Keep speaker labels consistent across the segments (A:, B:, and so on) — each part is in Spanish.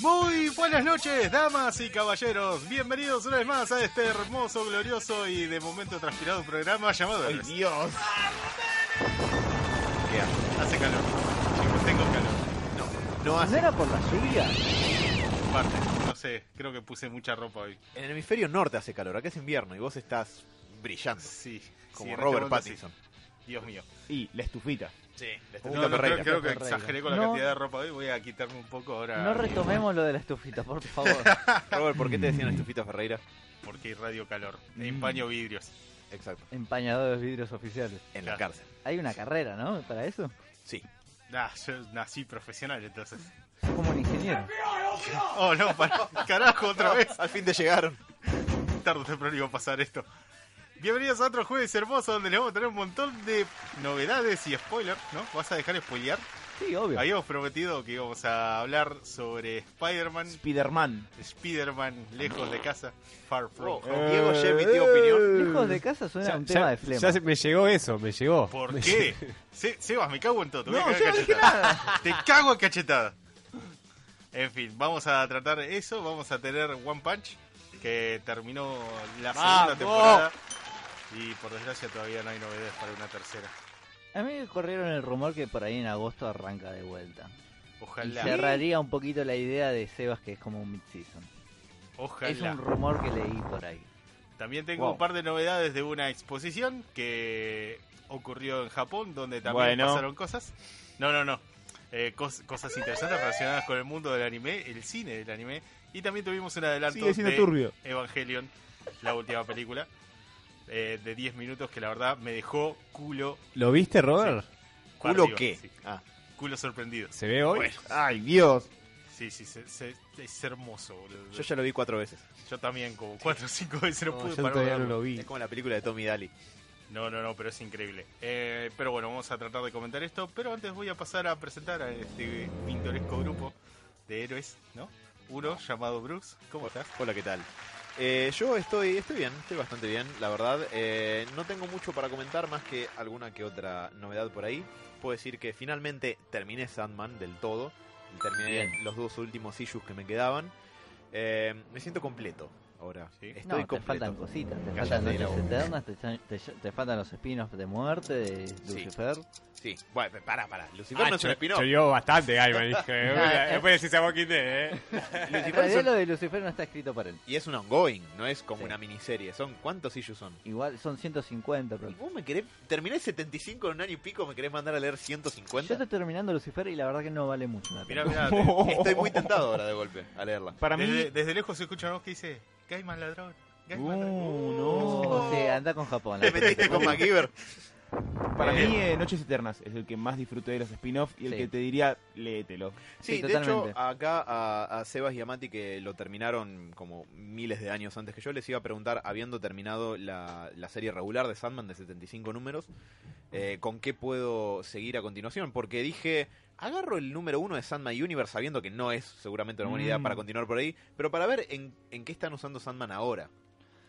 A: Muy buenas noches, damas y caballeros. Bienvenidos una vez más a este hermoso, glorioso y de momento transpirado programa llamado.
B: ¡Ay, Dios!
A: ¿Qué hace? Hace calor. Chicos, tengo calor. No, no
C: ¿No
A: hace
C: era por la lluvia?
A: parte. No sé, creo que puse mucha ropa hoy.
B: En el hemisferio norte hace calor, acá es invierno y vos estás brillando,
A: Sí,
B: como
A: sí, en
B: Robert
A: este momento
B: Pattinson.
A: sí. Dios mío.
C: Y la estufita.
A: Sí,
B: estufita
A: no, no, creo,
B: Ferreira.
A: creo que
C: Ferreira.
A: exageré con la
C: No.
A: cantidad de ropa hoy. Voy a quitarme un poco ahora.
D: Ah,
C: No retomemos lo de la estufita, por favor.
B: Robert, ¿por qué te decían Estufita Ferreira?
A: Porque hay radio calor.
C: Mm.
A: Empaño vidrios.
B: Exacto,
C: Empañadores vidrios oficiales.
B: en la
A: Claro.
B: cárcel.
C: Hay una carrera, ¿no? Para eso.
B: Sí.
A: Ah, yo nací profesional entonces.
C: Como un ingeniero.
A: Oh, no, pará. Carajo, otra vez.
B: Al fin te llegaron.
A: tarde o temprano iba a pasar esto. Bienvenidos a otro jueves hermoso donde les vamos a tener un montón de novedades y spoilers, ¿no? ¿Vas a dejar spoilear?
C: Sí, obvio.
A: Habíamos prometido que íbamos a hablar sobre Spider-Man,
C: Spider-Man.
A: Spider-Man lejos de casa, Far From
C: Oh,
A: Home.
D: Eh,
B: Diego ya emitió opinión.
C: Lejos de casa suena
D: Uh, Ya-
C: un
D: ya-
C: tema de flema.
D: ya se- me llegó eso, me llegó.
A: ¿Por
D: Me
A: qué?
D: llegó.
A: Se- Sebas, me cago en todo. Te voy a
C: oh. No,
A: cagar
C: yo no dije
A: cachetada. Te cago a cachetada. En fin, vamos a tratar eso. Vamos a tener One Punch, que terminó la segunda
D: ¡Vamos!
A: temporada. Y por desgracia todavía no hay novedades para una tercera.
C: A mí me corrieron el rumor que por ahí en agosto arranca de vuelta. Y
A: Ojalá.
C: cerraría un poquito la idea de Sebas que es como un mid-season. Es
A: Ojalá.
C: un rumor que leí por ahí.
A: También tengo
C: Wow.
A: un par de novedades de una exposición que ocurrió en Japón, donde también
D: Bueno.
A: pasaron cosas. No, no, no. Eh, cos- cosas interesantes relacionadas con el mundo del anime, el cine del anime. Y también tuvimos un adelanto
D: Sigue siendo
A: de
D: turbio.
A: Evangelion, la última película, eh, de 10 minutos que la verdad me dejó culo.
D: ¿Lo viste, Robert?
B: ¿Culo
A: arriba,
B: qué?
A: sí.
B: Ah.
A: Culo sorprendido.
D: ¿Se ve hoy?
A: Bueno.
B: ¡Ay, Dios!
A: Sí, sí, se- se- es hermoso, boludo.
B: Yo
A: Yo,
B: ya lo vi cuatro veces.
A: también, como 4 o 5 veces no,
D: No,
A: pude
D: yo
A: parar de
D: todavía no
A: verlo.
D: lo vi.
B: Es como la película de Tommy Daly.
A: No, no, no, pero es increíble. Eh, pero bueno, vamos a tratar de comentar esto. Pero antes voy a pasar a presentar a este pintoresco grupo de héroes, ¿no? Uno llamado Bruce. ¿Cómo estás?
B: Hola, ¿qué tal? Eh, yo estoy, estoy bien, estoy bastante bien, la verdad. Eh, no tengo mucho para comentar más que alguna que otra novedad por ahí. Puedo decir que finalmente terminé Sandman del todo. Y terminé
C: Bien.
B: los dos últimos issues que me quedaban. Eh, me siento completo ahora.
A: Sí.
B: Estoy
C: no, te
B: completo.
C: faltan cositas, te
B: Cállate
C: faltan
B: la
C: noches
B: boca.
C: eternas, te, te- te faltan los espinos de muerte de Lucifer.
B: Sí, bueno, pará, pará. Lucifer no se respiró.
D: Llovió bastante, Ivan. hijo de puta. Después decís a Walking Dead, ¿eh?
C: En
B: Lucifer
C: realidad
B: son-
C: lo de Lucifer no está escrito para él.
B: Y es un ongoing, no es como
C: Sí.
B: una miniserie. Son ¿Cuántos issues son?
C: Igual son 150, pero...
B: ¿Y vos me querés... Terminé 75 en un año y pico, me querés mandar a leer 150?
C: Yo estoy terminando Lucifer y la verdad que no vale mucho la
A: Mirá,
C: pena.
A: mirá, de-
B: Estoy muy tentado ahora de golpe a leerla.
D: Para mí.
A: desde, desde lejos se escucha una voz que dice: Gaiman ladrón. Gaiman ladrón.
D: Uh,
C: Oh, sí, anda con Japón. la
B: Te metiste Este con MacGyver.
D: no. Para
A: Eh.
D: mí, eh, Noches Eternas es el que más disfruté de los spin-offs y el
C: Sí.
D: que te diría, léetelo.
B: Sí,
C: Sí,
B: de hecho,
C: totalmente.
B: acá a, a Sebas y a Mati, que lo terminaron como miles de años antes que yo, les iba a preguntar, habiendo terminado la, la serie regular de Sandman de 75 números, eh, ¿con qué puedo seguir a continuación? Porque dije, agarro el número uno de Sandman Universe, sabiendo que no es seguramente una buena idea
D: Mm.
B: para continuar por ahí, pero para ver en, en qué están usando Sandman ahora.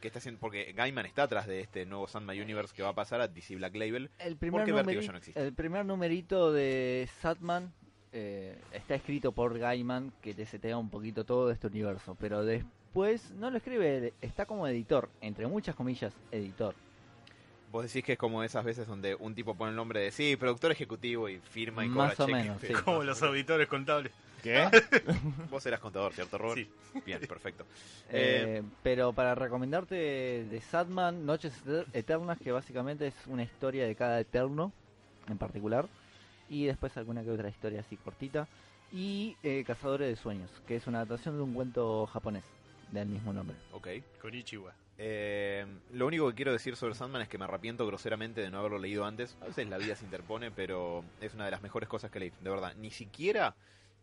B: ¿Qué está haciendo? Porque Gaiman está atrás de este nuevo Sandman Universe que va a pasar a DC Black Label.
C: El primer,
B: Porque Vértigo
C: numeri-
B: ya no existe.
C: el primer numerito de Satman eh, está escrito por Gaiman, que te setea un poquito todo este universo, pero después no lo escribe él, está como editor, entre muchas comillas, editor.
B: Vos decís que es como esas veces donde un tipo pone el nombre de sí, productor ejecutivo y firma y
C: Más
B: cobra
C: o
B: cheques,
C: menos,
B: pero-
C: sí.
A: Como los auditores contables.
D: ¿Qué?
B: Vos eras contador, ¿cierto, Robert?
A: Sí.
B: Bien, perfecto.
C: Eh, pero para recomendarte de Sadman, Noches Eter- Eternas, que básicamente es una historia de cada eterno en particular, y después alguna que otra historia así cortita, y eh, Cazadores de Sueños, que es una adaptación de un cuento japonés del mismo nombre.
B: Ok.
A: Konichiwa.
B: Eh, lo único que quiero decir sobre Sandman es que me arrepiento groseramente de no haberlo leído antes. A veces la vida se interpone, pero es una de las mejores cosas que leí, de verdad. Ni siquiera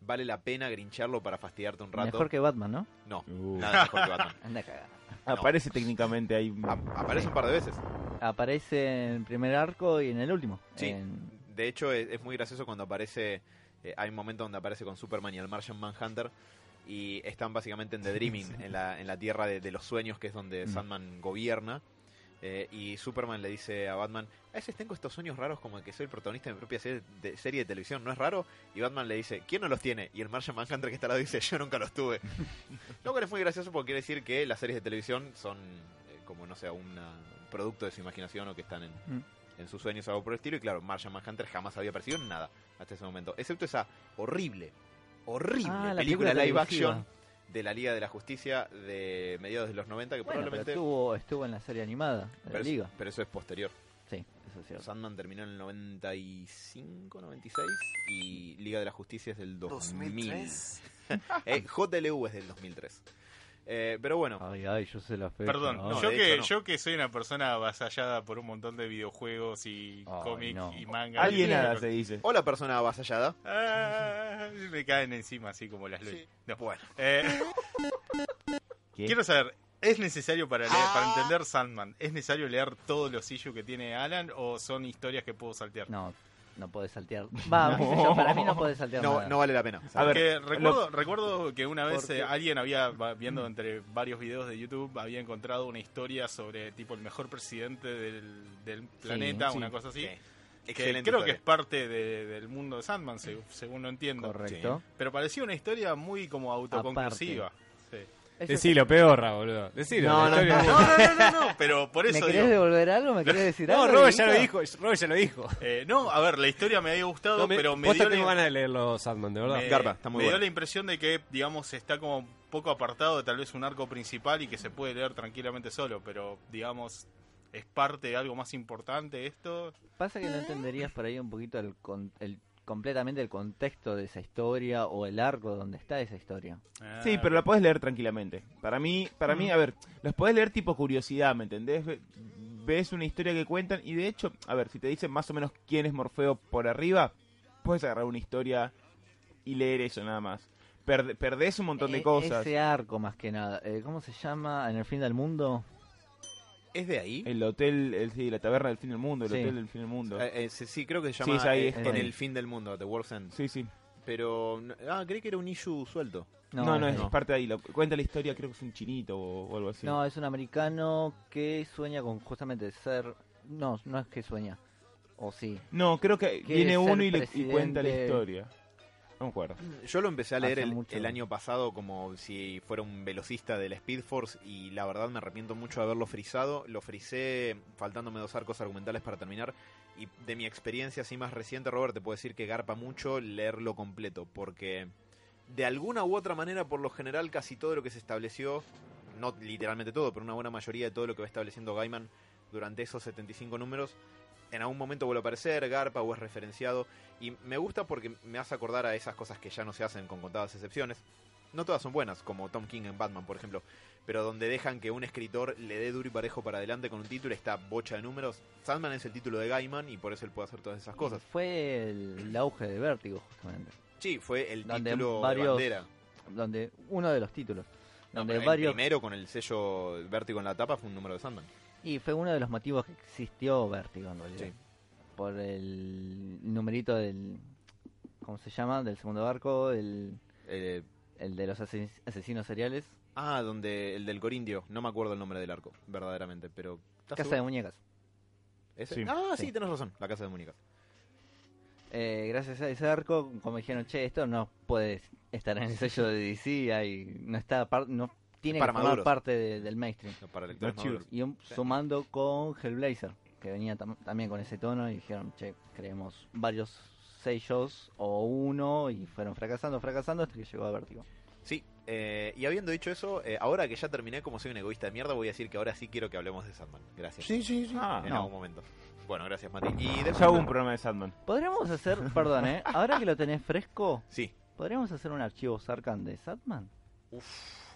B: vale la pena grincharlo para fastidiarte un rato.
C: Mejor que Batman, ¿no?
B: No,
E: Uh.
B: nada mejor que Batman.
C: Anda a cagar.
E: Aparece técnicamente ahí.
B: A- Aparece un par de veces.
C: Aparece en el primer arco y en el último.
B: Sí.
C: En-
B: De hecho, e-, es, es muy gracioso cuando aparece. eh, hay un momento donde aparece con Superman y el Martian Manhunter. Y están básicamente en The Dreaming, en, la, en la tierra de, de los sueños, que es donde
C: Mm.
B: Sandman gobierna. eh, y Superman le dice a Batman: A veces tengo estos sueños raros como que soy el protagonista de mi propia serie de, serie de televisión, ¿no es raro? Y Batman le dice: ¿Quién no los tiene? Y el Martian Manhunter que está al lado dice: Yo nunca los tuve. Lo cual es muy gracioso porque quiere decir que las series de televisión son eh, como, no sé, una- un producto de su imaginación o que están en,
C: Mm.
B: en sus sueños o algo por el estilo. Y claro, Martian Manhunter jamás había aparecido en nada hasta ese momento. Excepto esa horrible, horrible
C: Ah, la
B: película,
C: película
B: live
C: televisiva.
B: action de la Liga de la Justicia de mediados de los 90 que
C: Bueno, pero
B: probablemente...
C: estuvo, estuvo en la serie animada, de la
B: pero es-
C: liga.
B: pero eso es posterior.
C: Sí, eso es cierto.
B: Sandman terminó en el 95, 96 y Liga de la Justicia es del 2000. Eh, JLU es del 2003. Eh, pero bueno,
C: Ay, ay, yo sé la fe.
A: Perdón,
B: no,
A: yo,
B: de
A: que,
B: hecho no.
A: yo que soy una persona avasallada por un montón de videojuegos y
C: Ay,
A: cómics
C: no.
A: y manga.
E: Alguien
A: y-
E: nada se dice.
B: hola persona avasallada.
A: Ah, me caen encima así como las leyes.
B: Bueno,
E: ¿Qué?
A: Eh, Quiero saber, ¿es necesario para leer, para
B: Ah.
A: entender Sandman, es necesario leer todos los issues que tiene Alan o son historias que puedo saltear?
C: No, no podés saltear. Va, qué sé yo, para mí no podés saltear.
B: no,
C: nada.
B: no vale la pena.
E: A ver,
A: Que
E: lo-
A: recuerdo, recuerdo que una vez
C: Porque-
A: eh, alguien había, va- viendo entre varios videos de YouTube, había encontrado una historia sobre tipo el mejor presidente del, del planeta,
E: sí.
A: una cosa así.
B: Sí.
A: Que
B: Excelente
A: creo que
B: historia.
A: es parte de- del mundo de Sandman, se- según lo entiendo.
C: Correcto.
A: Pero parecía una historia muy como autoconclusiva. Sí.
C: Eso
D: Decilo, pedorra, boludo. Decilo.
E: No,
D: la
E: no,
D: historia-
A: No, no, no, no, no, pero por
C: ¿Me
A: eso
C: querés
A: digo.
C: devolver algo? ¿Me querés decir
D: No,
C: algo?
D: Robert ya lo
C: Dieguito?
D: dijo. Robert ya lo dijo.
A: Eh, no, a ver, la historia me había gustado,
D: No, me-
A: pero me
D: posta
A: dio,
D: tengo
A: la,
D: ganas de leerlo, Sandman, de verdad.
A: me-
B: Garpa, está muy
A: me dio
B: bueno.
A: la impresión de que, digamos, está como un poco apartado de tal vez un arco principal y que se puede leer tranquilamente solo, pero, digamos, es parte de algo más importante esto.
C: Pasa que no entenderías por ahí un poquito el, con- el- completamente el contexto de esa historia o el arco donde está esa historia.
A: Ah,
E: Sí, pero la podés leer tranquilamente. Para mí, para mí, a ver, los podés leer tipo curiosidad, ¿me entendés? Ve- Ves una historia que cuentan y de hecho, a ver, si te dicen más o menos quién es Morfeo por arriba, puedes agarrar una historia y leer eso nada más. Perde- perdés un montón
C: E-
E: de cosas.
C: Ese arco más que nada. Eh, ¿Cómo se llama? En el fin del mundo.
B: ¿Es de ahí?
E: El hotel, el, sí, la taberna del fin del mundo, el
C: Sí.
E: hotel del fin del mundo.
B: Eh, eh, sí, sí, creo que se
E: Sí,
B: llama
E: es ahí,
B: eh,
E: es
B: En
C: ahí.
B: el fin del mundo, The World's End.
E: Sí, sí.
B: Pero, no- ah, creí que era un issue suelto.
E: No, no, es
B: no.
E: parte de ahí. Lo, cuenta la historia, creo que es un chinito o, o algo así.
C: No, es un americano que sueña con justamente ser... No, no es que sueña. O sí.
E: No, creo que
C: Quiere
E: viene
C: ser
E: uno y, le, y
C: presidente.
E: cuenta la historia. No me acuerdo.
B: Yo lo empecé a leer
C: Hace
B: el,
C: mucho.
B: el año pasado como si fuera un velocista de la Speed Force y la verdad me arrepiento mucho de haberlo frisado. Lo frisé faltándome dos arcos argumentales para terminar y de mi experiencia así más reciente, Robert, te puedo decir que garpa mucho leerlo completo porque de alguna u otra manera, por lo general, casi todo lo que se estableció, no literalmente todo, pero una buena mayoría de todo lo que va estableciendo Gaiman durante esos 75 números, en algún momento vuelve a aparecer, garpa o es referenciado. Y me gusta porque me hace acordar a esas cosas que ya no se hacen con contadas excepciones. No todas son buenas, como Tom King en Batman, por ejemplo, pero donde dejan que un escritor le dé duro y parejo para adelante con un título, está bocha de números. Sandman es el título de Gaiman y por eso él puede hacer todas esas cosas.
C: Fue el, el auge de Vértigo, justamente.
B: Sí, fue el
C: Donde
B: título
C: varios-
B: de bandera.
C: Donde uno de los títulos.
B: No,
C: Donde
B: pero el
C: varios...
B: primero con el sello Vértigo en la tapa fue un número de Sandman.
C: Y fue uno de los motivos que existió Vértigo en realidad.
B: Sí.
C: Por el numerito del. ¿Cómo se llama? Del segundo barco, el,
B: Eh,
C: el de los asesin- asesinos seriales.
B: ah, donde el del Corindio, no me acuerdo el nombre del arco, verdaderamente, pero ¿estás
C: Casa de
B: seguro?
C: muñecas.
B: ¿Ese?
E: Sí.
B: Ah, sí,
C: Sí.
B: tenés razón, la casa de muñecas.
C: Eh, gracias a ese arco, como dijeron, che, esto no puede estar en el sello de DC, hay, no está par- no tiene
B: Para
C: que formar
B: maduros.
C: parte de- del mainstream.
B: Para lectores
E: No, chido.
B: maduros.
C: Y un- sumando con Hellblazer, que venía tam- también con ese tono y dijeron, che, creemos varios sellos o uno y fueron fracasando, fracasando hasta que llegó a Vértigo.
B: Sí, eh, y habiendo dicho eso, eh, ahora que ya terminé, como soy un egoísta de mierda, voy a decir que ahora sí quiero que hablemos de Sandman. Gracias.
F: Sí, sí, sí.
E: Ah,
B: en
C: no.
B: algún momento. Bueno, gracias, Mati. Y después-
E: ya hubo un programa de Sandman.
C: Podríamos hacer, perdón, ¿eh? ahora que lo tenés fresco,
B: Sí.
C: podríamos hacer un archivo Sarkan de Satman.
B: Uf,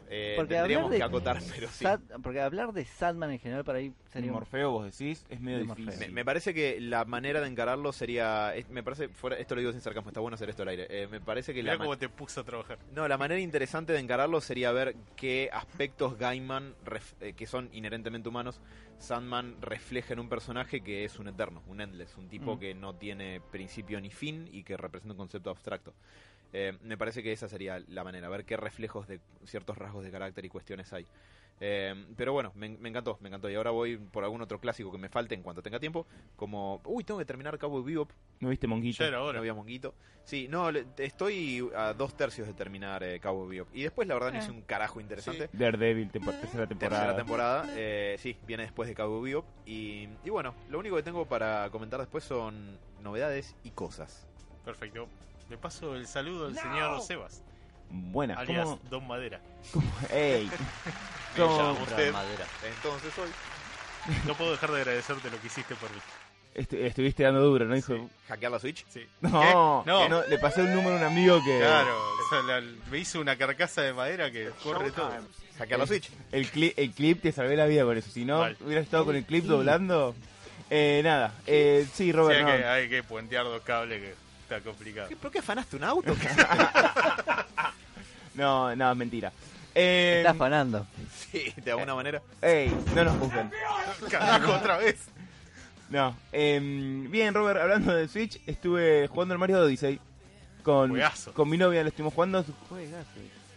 B: eh,
C: Porque
B: tendríamos
C: hablar de-
B: que acotar, pero sí.
C: Sat- porque hablar de Satman en general para ahí sería un-
E: Morfeo, vos decís, es medio
C: De
E: difícil.
C: Morfeo.
B: Me, me parece que la manera de encararlo sería. es- Me parece. Fuera, esto lo digo sin sarcasmo, está bueno hacer esto al aire. Eh, me parece que la.
A: Mirá
B: ma-
A: cómo te puso a trabajar.
B: No, la manera interesante de encararlo sería ver qué aspectos Gaiman, ref- eh, que son inherentemente humanos, Sandman refleja en un personaje que es un eterno, un endless, un tipo
C: Mm.
B: que no tiene principio ni fin y que representa un concepto abstracto. Eh, me parece que esa sería la manera, ver qué reflejos de ciertos rasgos de carácter y cuestiones hay. Eh, pero bueno, me, me encantó, me encantó. Y ahora voy por algún otro clásico que me falte en cuanto tenga tiempo, como... Uy, tengo que terminar Cowboy Bebop,
E: ¿No viste Monguito?
A: Ya era hora.
B: no había monguito. Sí, no, le- estoy a dos tercios de terminar eh, Cowboy Bebop. Y después, la verdad, no hice un carajo interesante.
E: Daredevil, tempo- tercera
B: Tercera
E: temporada.
B: temporada, eh, sí, viene después de Cowboy Bebop. Y, y bueno, lo único que tengo para comentar después son novedades y cosas.
A: Perfecto. Le paso el saludo al señor Sebas,
E: Buena.
A: alias
E: ¿Cómo?
A: Don Madera.
E: Ey.
B: Me
E: ¿Cómo?
B: llama usted.
F: madera.
B: Entonces hoy,
A: No puedo dejar de agradecerte lo que hiciste por mí.
E: Estu- Este, estuviste dando duro, ¿no, hijo?
B: hackear la Switch.
A: Sí.
E: No,
A: ¿Qué? No.
E: no, le pasé un número a un amigo que...
A: Claro, o sea, la- me hizo una carcasa de madera que corre todo.
E: Eh,
B: Hackear la Switch.
E: El, cli- el clip te salvé la vida por eso. Si no,
A: Mal.
E: hubieras estado con el clip doblando. Eh, nada. Eh, sí,
A: O
E: Robert,
A: sea
E: no.
A: que hay que puentear dos cables que está complicado.
B: ¿Qué, ¿Pero qué afanaste un auto?
E: No, no, es mentira. Eh,
C: Está afanando.
B: sí, de alguna manera.
E: ey, no nos juzguen.
A: Carajo, otra vez.
E: No. em, bien, Robert, hablando de Switch, estuve jugando el Mario Odyssey. Con,
A: Juegazo.
E: con mi novia lo estuvimos jugando.
C: Juegazo.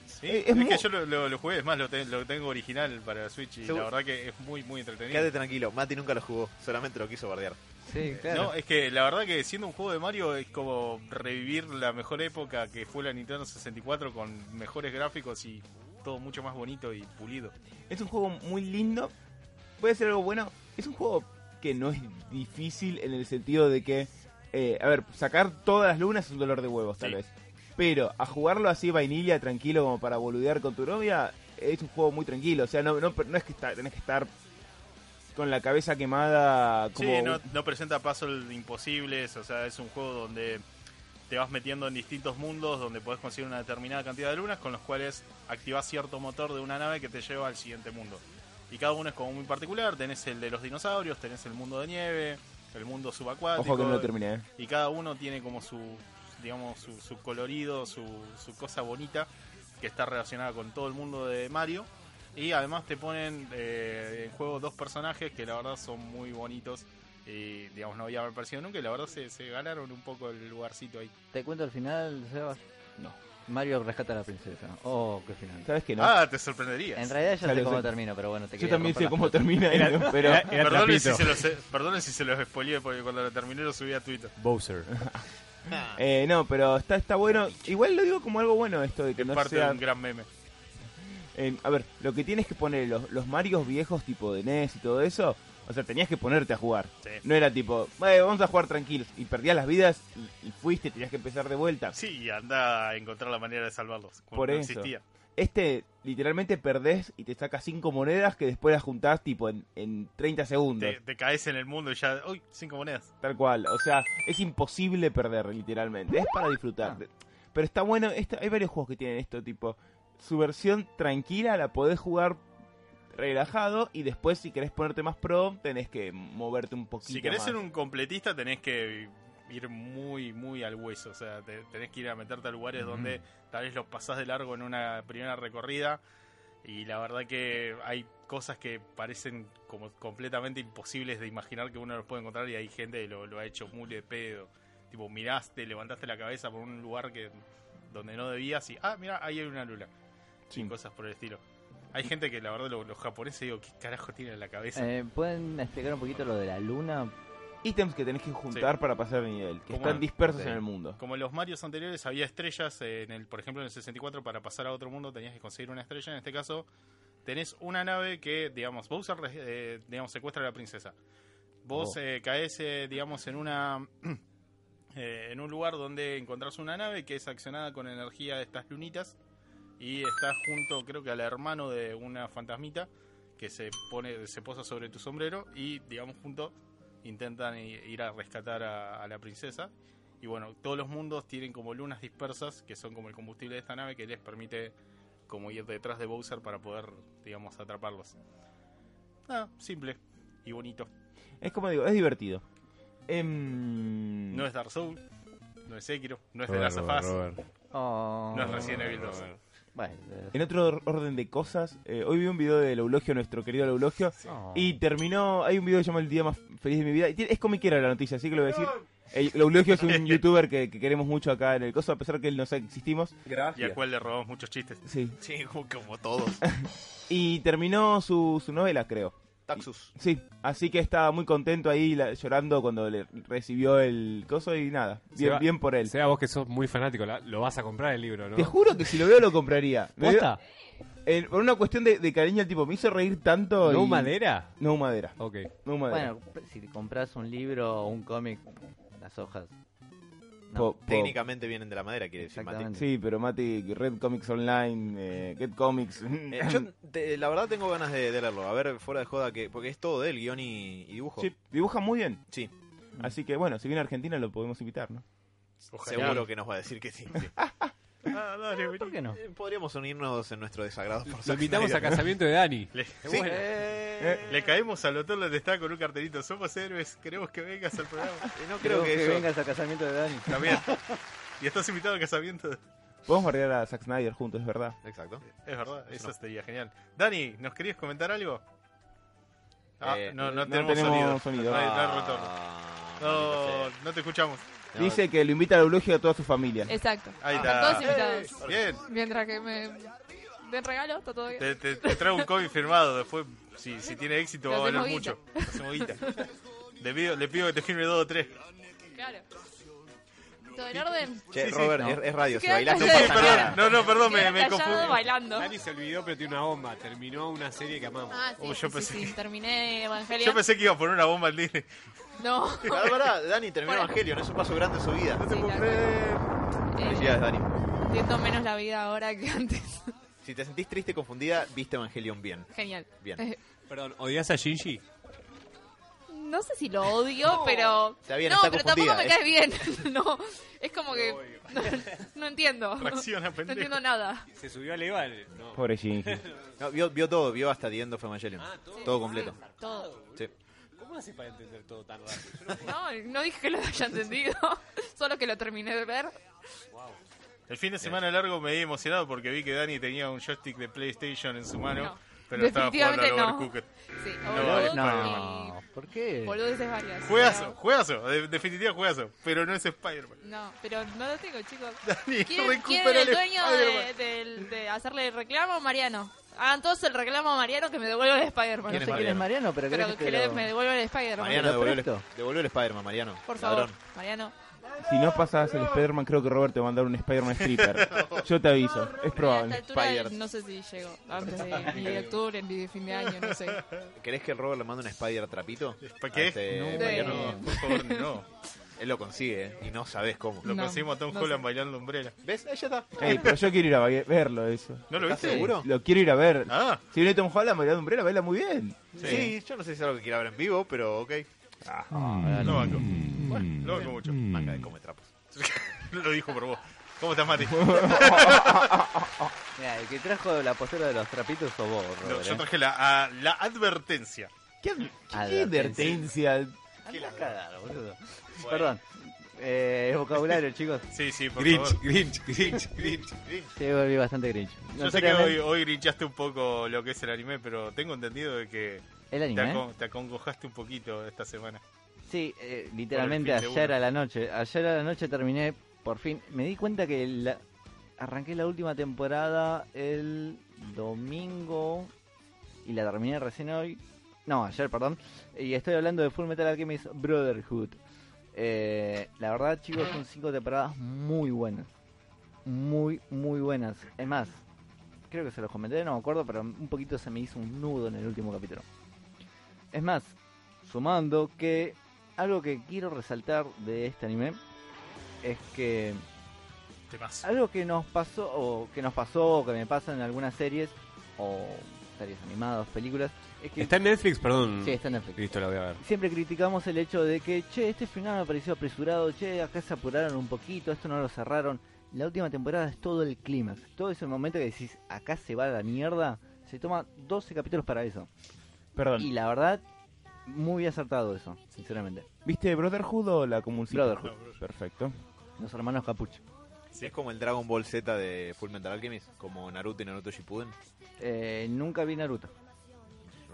A: Sí,
E: Eh, es
A: es,
E: muy-
A: que yo lo, lo- lo jugué, es más, lo, ten- lo tengo original para Switch y la
B: Seguro.
A: verdad que es muy, muy entretenido.
B: Quédate tranquilo, Mati nunca lo jugó, solamente lo quiso bardear.
E: Eh,
C: Sí, claro.
A: No, es que la verdad que siendo un juego de Mario es como revivir la mejor época que fue la Nintendo 64 con mejores gráficos y todo mucho más bonito y pulido.
E: Es un juego muy lindo. Puede ser algo bueno. Es un juego que no es difícil en el sentido de que. eh, a ver, sacar todas las lunas es un dolor de huevos, tal
A: Sí.
E: vez. Pero a jugarlo así, vainilla, tranquilo, como para boludear con tu novia, es un juego muy tranquilo. O sea, no, no, no es que está, tenés que estar con la cabeza quemada como.
A: Sí, no, no presenta puzzles imposibles, o sea, es un juego donde te vas metiendo en distintos mundos, donde podés conseguir una determinada cantidad de lunas, con los cuales activás cierto motor de una nave que te lleva al siguiente mundo. Y cada uno es como muy particular, tenés el de los dinosaurios, tenés el mundo de nieve, el mundo subacuático,
E: Ojo que no lo terminé. ¿eh?
A: y cada uno tiene como su, digamos, su, su colorido, su, su cosa bonita, que está relacionada con todo el mundo de Mario. Y además te ponen eh, en juego dos personajes que la verdad son muy bonitos. Y digamos, no había aparecido nunca. Y la verdad se, se ganaron un poco el lugarcito ahí.
C: ¿Te cuento el final, Sebas?
E: No.
C: Mario rescata a la princesa. Oh, qué final.
E: ¿Sabes que no?
A: Ah, te sorprenderías.
C: En realidad ya
E: Ya
C: sé
E: lo
C: cómo
E: sé.
C: termino, pero bueno, te
E: Yo
C: quería
E: también sé
C: romper
E: cómo
C: las pelotas.
E: termina, eso, pero.
D: Era
A: Perdonen si,
D: trapito.
A: se los, perdonen si se los spoileé porque cuando lo terminé lo subí a Twitter.
F: Bowser.
E: eh, no, pero está, está bueno. Igual lo digo como algo bueno esto de que
A: Es
E: no
A: parte
E: sea.
A: de un gran meme.
E: Eh, a ver, lo que tienes que poner los, los Marios viejos tipo de NES y todo eso, o sea, tenías que ponerte a jugar.
A: Sí.
E: No era tipo, "Bueno, vamos a jugar tranquilos y perdías las vidas y, y fuiste, tenías que empezar de vuelta.
A: Sí, y anda a encontrar la manera de salvarlos. cuando
E: Por
A: no
E: eso.
A: existía.
E: Este, literalmente perdés y te sacas cinco monedas que después las juntás tipo en, en 30 segundos.
A: Te, te caes en el mundo y ya. ¡Uy! Cinco monedas.
E: Tal cual, o sea, es imposible perder literalmente, es para disfrutar.
A: Ah.
E: Pero está bueno, está- hay varios juegos que tienen esto, tipo, su versión tranquila la podés jugar relajado y después si querés ponerte más pro tenés que moverte un poquito.
A: Si querés
E: más.
A: ser un completista tenés que ir muy, muy al hueso. O sea, te- tenés que ir a meterte a lugares donde tal vez los pasás de largo en una primera recorrida. Y la verdad que hay cosas que parecen como completamente imposibles de imaginar que uno los puede encontrar y hay gente que lo, lo ha hecho muy de pedo. Tipo, miraste, levantaste la cabeza por un lugar que donde no debías y, ah, mira, ahí hay una luna.
E: Sí.
A: Y cosas por el estilo. Hay gente que la verdad lo- los japoneses digo, ¿qué carajo tiene en la cabeza?
C: Eh, ¿Pueden explicar un poquito lo de la luna?
E: Ítems que tenés que juntar para pasar el nivel, que
A: ¿Cómo?
E: están dispersos
C: Ok.
E: en el mundo.
A: Como en los Marios anteriores había estrellas, eh, en el, por ejemplo en el 64 para pasar a otro mundo tenías que conseguir una estrella, en este caso tenés una nave que, digamos, Bowser eh, digamos, secuestra a la princesa. Vos eh, caes, eh, digamos, en una eh, en un lugar donde encontrás una nave que es accionada con energía de estas lunitas y estás junto, creo que al hermano de una fantasmita que se pone se posa sobre tu sombrero y, digamos, junto intentan i- ir a rescatar a, a la princesa. Y bueno, todos los mundos tienen como lunas dispersas que son como el combustible de esta nave que les permite como ir detrás de Bowser para poder, digamos, atraparlos. Ah, simple y bonito.
E: Es como digo, es divertido. Em,
A: No es Dark Souls, no es Sekiro, no es The
D: Mm. Robert,
A: Last of
D: Robert,
A: Us,
D: Robert.
C: Oh,
A: no es Resident Evil 2.
D: Robert.
C: Bueno,
E: En otro or- orden de cosas, eh, hoy vi un video del Eulogio, nuestro querido Eulogio, y terminó, hay un video que se llama El día más feliz de mi vida, y tiene- es comiquera la noticia, así que lo voy a decir. El Eulogio es un youtuber que, que queremos mucho acá en el coso, a pesar que él no sabe que existimos.
A: Y a cual le robamos muchos chistes.
E: Sí.
B: Sí, como, como todos.
E: Y terminó su, su novela, creo.
B: Taxus.
E: Sí, así que estaba muy contento ahí la- llorando cuando le recibió el coso y nada,
D: Se
E: bien,
D: va-
E: bien por él.
D: Sea vos que sos muy fanático, la- lo vas a comprar el libro, ¿no?
E: Te juro que si lo veo lo compraría. Me dio-
D: ¿Posta?
E: en- por una cuestión de, de cariño al tipo, me hizo reír tanto.
D: ¿No
E: y-
D: madera?
E: No madera.
D: Ok.
E: No madera.
C: bueno, si compras un libro o un cómic, las hojas. no.
E: Po- po-
B: Técnicamente vienen de la madera, quiere decir Mati.
C: Exactamente.
E: Sí, pero Mati, Red Comics Online, eh, Get Comics.
B: Eh, yo, te- la verdad, tengo ganas de, de leerlo. A ver, fuera de joda, que porque es todo de él, guión y, y dibujo.
E: Sí, dibuja muy bien.
B: Sí,
E: Así que bueno, si viene a Argentina lo podemos invitar, ¿no?
A: Ojalá.
B: seguro que nos va a decir que sí.
A: Ah, dale, vení.
C: ¿Por qué no?
B: Eh, Podríamos unirnos en nuestro desagrado por
D: Lo
B: Zack
D: invitamos a
B: Snyder.
D: casamiento de Dani.
A: Le,
B: Sí.
A: bueno,
B: Eh,
A: le caemos al hotel donde está con un cartelito. Somos héroes, queremos que vengas al programa.
B: no creo que, eso.
C: vengas al casamiento de Dani.
A: También. Y estás invitado al casamiento.
E: Podemos bardear a Zack Snyder juntos, es verdad.
B: Exacto.
A: Es verdad, eso
B: No.
A: sería genial. Dani, ¿nos querías comentar algo? Ah,
B: Eh,
A: no, no,
E: no
A: tenemos,
E: tenemos
A: sonido.
E: sonido.
A: No, hay- no hay retorno.
B: Ah, maldita
A: No,
B: sea.
A: no te escuchamos.
B: No,
E: Dice que lo invita al eulogio a toda su familia.
F: Exacto.
A: Ahí
F: Están
A: está.
F: todos invitados.
A: Bien.
F: Mientras que me den regalo, está todo bien.
A: Te, te- te traigo un cómic firmado, después si, si tiene éxito va a
F: Lo
A: valer
F: hacemos
A: mucho. Hacemos guita. Le pido, le pido que te firme dos o tres.
F: Claro. Todo en orden.
B: Che,
A: Sí, sí,
B: Robert,
A: no.
B: es, es radio, se
F: Se queda
B: baila. No
F: callado.
A: Sí,
B: pasa
A: perdón,
B: nada.
A: no, no, perdón, me,
F: Quedan
A: me
F: callados
A: confundí.
F: bailando.
D: Dani se olvidó, pero tiene una bomba. Terminó una serie que amamos.
F: Ah, sí,
A: Uy,
F: sí,
A: yo
F: sí,
A: pensé
F: sí,
A: que-
F: Terminé Evangelion.
A: Yo pensé que iba a poner una bomba al Disney.
F: No.
B: Pará, pará, Dani terminó
F: Bueno.
B: Evangelion, es un paso grande en su vida.
A: No te
F: Sí,
A: puedo
F: claro.
A: creer.
F: Eh,
B: Felicidades, Dani.
F: Entiendo menos la vida ahora que antes.
B: Si te sentís triste y confundida, viste Evangelion bien.
F: Genial.
B: Bien.
F: Eh,
D: Perdón, ¿odias a Shinji?
F: No sé si lo odio, pero.
B: Está bien,
F: no,
B: está
F: pero
B: confundida,
F: tampoco me
B: ¿eh?
F: cae bien. no, es como que. No, no entiendo.
A: Reacciona,
F: No
A: pendejo.
F: entiendo nada.
D: Se subió al Eval. No.
E: Pobre Shinji.
B: No, vio, vio todo, vio hasta The End of Evangelion. todo completo.
F: Todo.
B: Sí.
D: ¿Cómo hace para entender todo tan rápido?
F: No, no dije que lo haya entendido. Solo que lo terminé de ver.
A: El fin de semana largo me di emocionado porque vi que Dani tenía un joystick de PlayStation en su mano,
F: No.
A: pero estaba jugando al
F: Definitivamente no.
A: Overcooked.
F: Sí,
A: vale,
F: Overcooked
C: No, ¿por
F: y
C: qué?
F: boludeces varias.
A: Juegazo,
F: pero-
A: juegazo, de- definitiva juegazo, pero no es Spider-Man.
F: No, pero no lo tengo, chicos.
A: Dani,
F: ¿Quién, quién
A: recupera
F: era
A: el
F: el dueño de,
A: Spider-Man.
F: del- de hacerle el reclamo? Mariano. Hagan todos el reclamo a Mariano que me devuelva el Spider-Man.
C: No
B: ¿Quién
C: sé
B: es
C: quién es Mariano, pero creo
F: Pero que le-
C: lo-
F: me devuelva el Spider-Man.
B: Mariano
C: ¿Te lo
B: devolvió el,
C: presto?
B: devolvió el Spider-Man, Mariano.
F: Por favor,
B: Ladrón.
F: Mariano.
E: Si no pasas el Spider-Man, creo que Robert te va a mandar un Spider-Man stripper. Yo te aviso, es
F: A
E: probable.
F: esta altura
B: Spiders.
F: no sé si llego. Antes de ni de octubre ni de fin de año, no sé.
B: ¿Querés que el Robert le mande un Spider trapito?
A: ¿Para qué?
B: A este
A: No,
B: Mariano.
A: no, por favor, no.
B: Él lo consigue, ¿eh? Y no sabés cómo.
A: Lo
F: No,
A: conseguimos a Tom
F: no
A: Holland
F: sé.
A: bailando umbrella.
B: ¿Ves? Ahí ya está.
E: Ey, pero yo quiero ir a ba- verlo eso.
A: ¿No lo
B: ¿Estás
A: viste?
B: seguro?
E: Lo quiero ir a ver.
A: Ah,
E: Si viene Tom Holland, María de Umbrella baila muy bien.
B: Sí. yo no sé si es algo que quiera ver en vivo, pero ok.
A: no banco. Bueno, Mm. lo banco mucho.
B: Manga de come trapos.
A: Lo dijo por vos. ¿Cómo estás, Mati?
C: Mirá, el que trajo la postura de los trapitos sos vos, Robert.
A: No, yo
C: ¿eh?
A: traje la, a- la advertencia.
E: ¿Qué, qué- qué
C: Advertencia.
E: advertencia?
C: Andá a cagar, boludo. Perdón. Eh, vocabulario, chicos.
A: Sí, sí, por
D: Grinch,
A: favor.
D: Grinch, Grinch, Grinch.
C: Sí, volví bastante grinch.
A: Yo sé que
C: Notoriamente-
A: hoy, hoy grinchaste un poco lo que es el anime, pero tengo entendido de que
C: ¿El
A: te,
C: anime? ¿eh?
A: acon- te acongojaste un poquito esta semana.
C: Sí, eh, literalmente
A: Por el fin de
C: ayer
A: uno.
C: a la noche. Ayer a la noche terminé, por fin. Me di cuenta que la- arranqué la última temporada el domingo y la terminé recién hoy. No, ayer, perdón. Y estoy hablando de Full Metal Alchemist Brotherhood. Eh, la verdad, chicos, son cinco temporadas muy buenas. Muy, muy buenas. Es más, creo que se los comenté, no me acuerdo, pero un poquito se me hizo un nudo en el último capítulo. Es más, sumando que algo que quiero resaltar de este anime es que
A: Temazo.
C: algo que nos pasó o que nos pasó o que me pasa en algunas series o series animadas, películas, es que
D: Está en Netflix, perdón.
C: Sí, está en Netflix.
D: Listo, la voy a ver.
C: Siempre criticamos el hecho de que, che, este final me pareció apresurado, che, acá se apuraron un poquito, esto no lo cerraron. La última temporada es todo el clímax, todo ese momento que decís, acá se va la mierda, se toma 12 capítulos para eso.
E: Perdón.
C: Y la verdad, muy acertado eso, sinceramente.
E: ¿Viste Brotherhood o la convulsiva?
C: Brotherhood.
E: Perfecto.
C: Los hermanos Capucho.
B: Es como el Dragon Ball Z de Full Metal Alchemist, como Naruto y Naruto Shippuden.
C: Eh, nunca vi Naruto.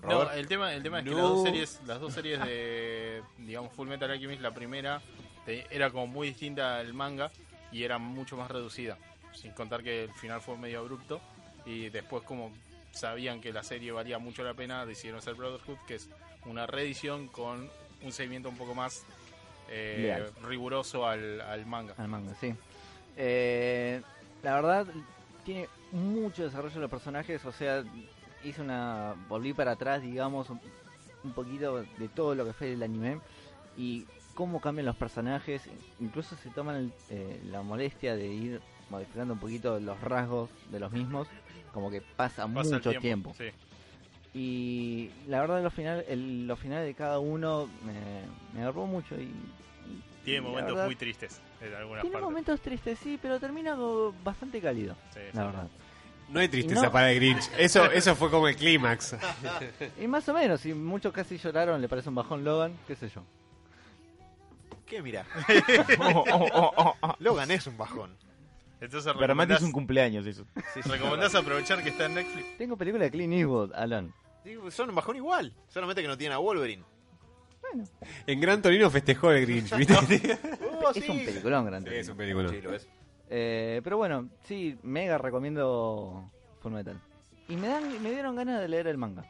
A: No,
B: Robert,
F: eh.
A: el tema, el tema es que
B: No.
A: las dos series, las dos series de digamos Full Metal Alchemist, la primera te- era como muy distinta al manga y era mucho más reducida, sin contar que el final fue medio abrupto y después como sabían que la serie valía mucho la pena, decidieron hacer Brotherhood, que es una reedición con un seguimiento un poco más eh,
E: Leal.
A: riguroso al, al manga.
C: Al manga, sí. Eh, la verdad, tiene mucho desarrollo de los personajes, o sea, hice una. volví para atrás, digamos, un, un poquito de todo lo que fue el anime y cómo cambian los personajes. Incluso se toman el- eh, la molestia de ir modificando un poquito los rasgos de los mismos, como que
A: Pasa
C: pasa,
A: el
C: mucho tiempo.
A: Sí.
C: Y la verdad, los final, el- los finales de cada uno me- me agarró mucho y. y- y
A: Tiene
C: la
A: momentos
C: verdad-
A: muy tristes en algunas
C: tiene
A: partes.
C: momentos tristes, sí, pero termina go- bastante cálido,
A: Sí, sí.
C: la verdad.
D: No hay tristeza
C: No.
D: para el Grinch. Eso, eso fue como el clímax.
C: Y más o menos, y muchos casi lloraron, le parece un bajón Logan, qué sé yo.
B: ¿Qué mira?
E: Oh, oh, oh, oh, oh.
B: Logan es un bajón.
A: Entonces
E: Para Mati es
A: recomendás,
E: un cumpleaños eso.
B: Sí, sí,
A: recomendás aprovechar que está en Netflix.
C: Tengo película de Clint Eastwood, Alan.
B: sí, son un bajón igual, solamente que no tienen a Wolverine.
D: En Gran Torino festejó el Grinch, ¿viste?
B: Oh,
C: Es un peliculón grande.
D: es un película.
B: Sí, lo es.
C: Eh, pero bueno, sí, mega recomiendo Full Metal. Y me, dan, me dieron ganas de leer el manga.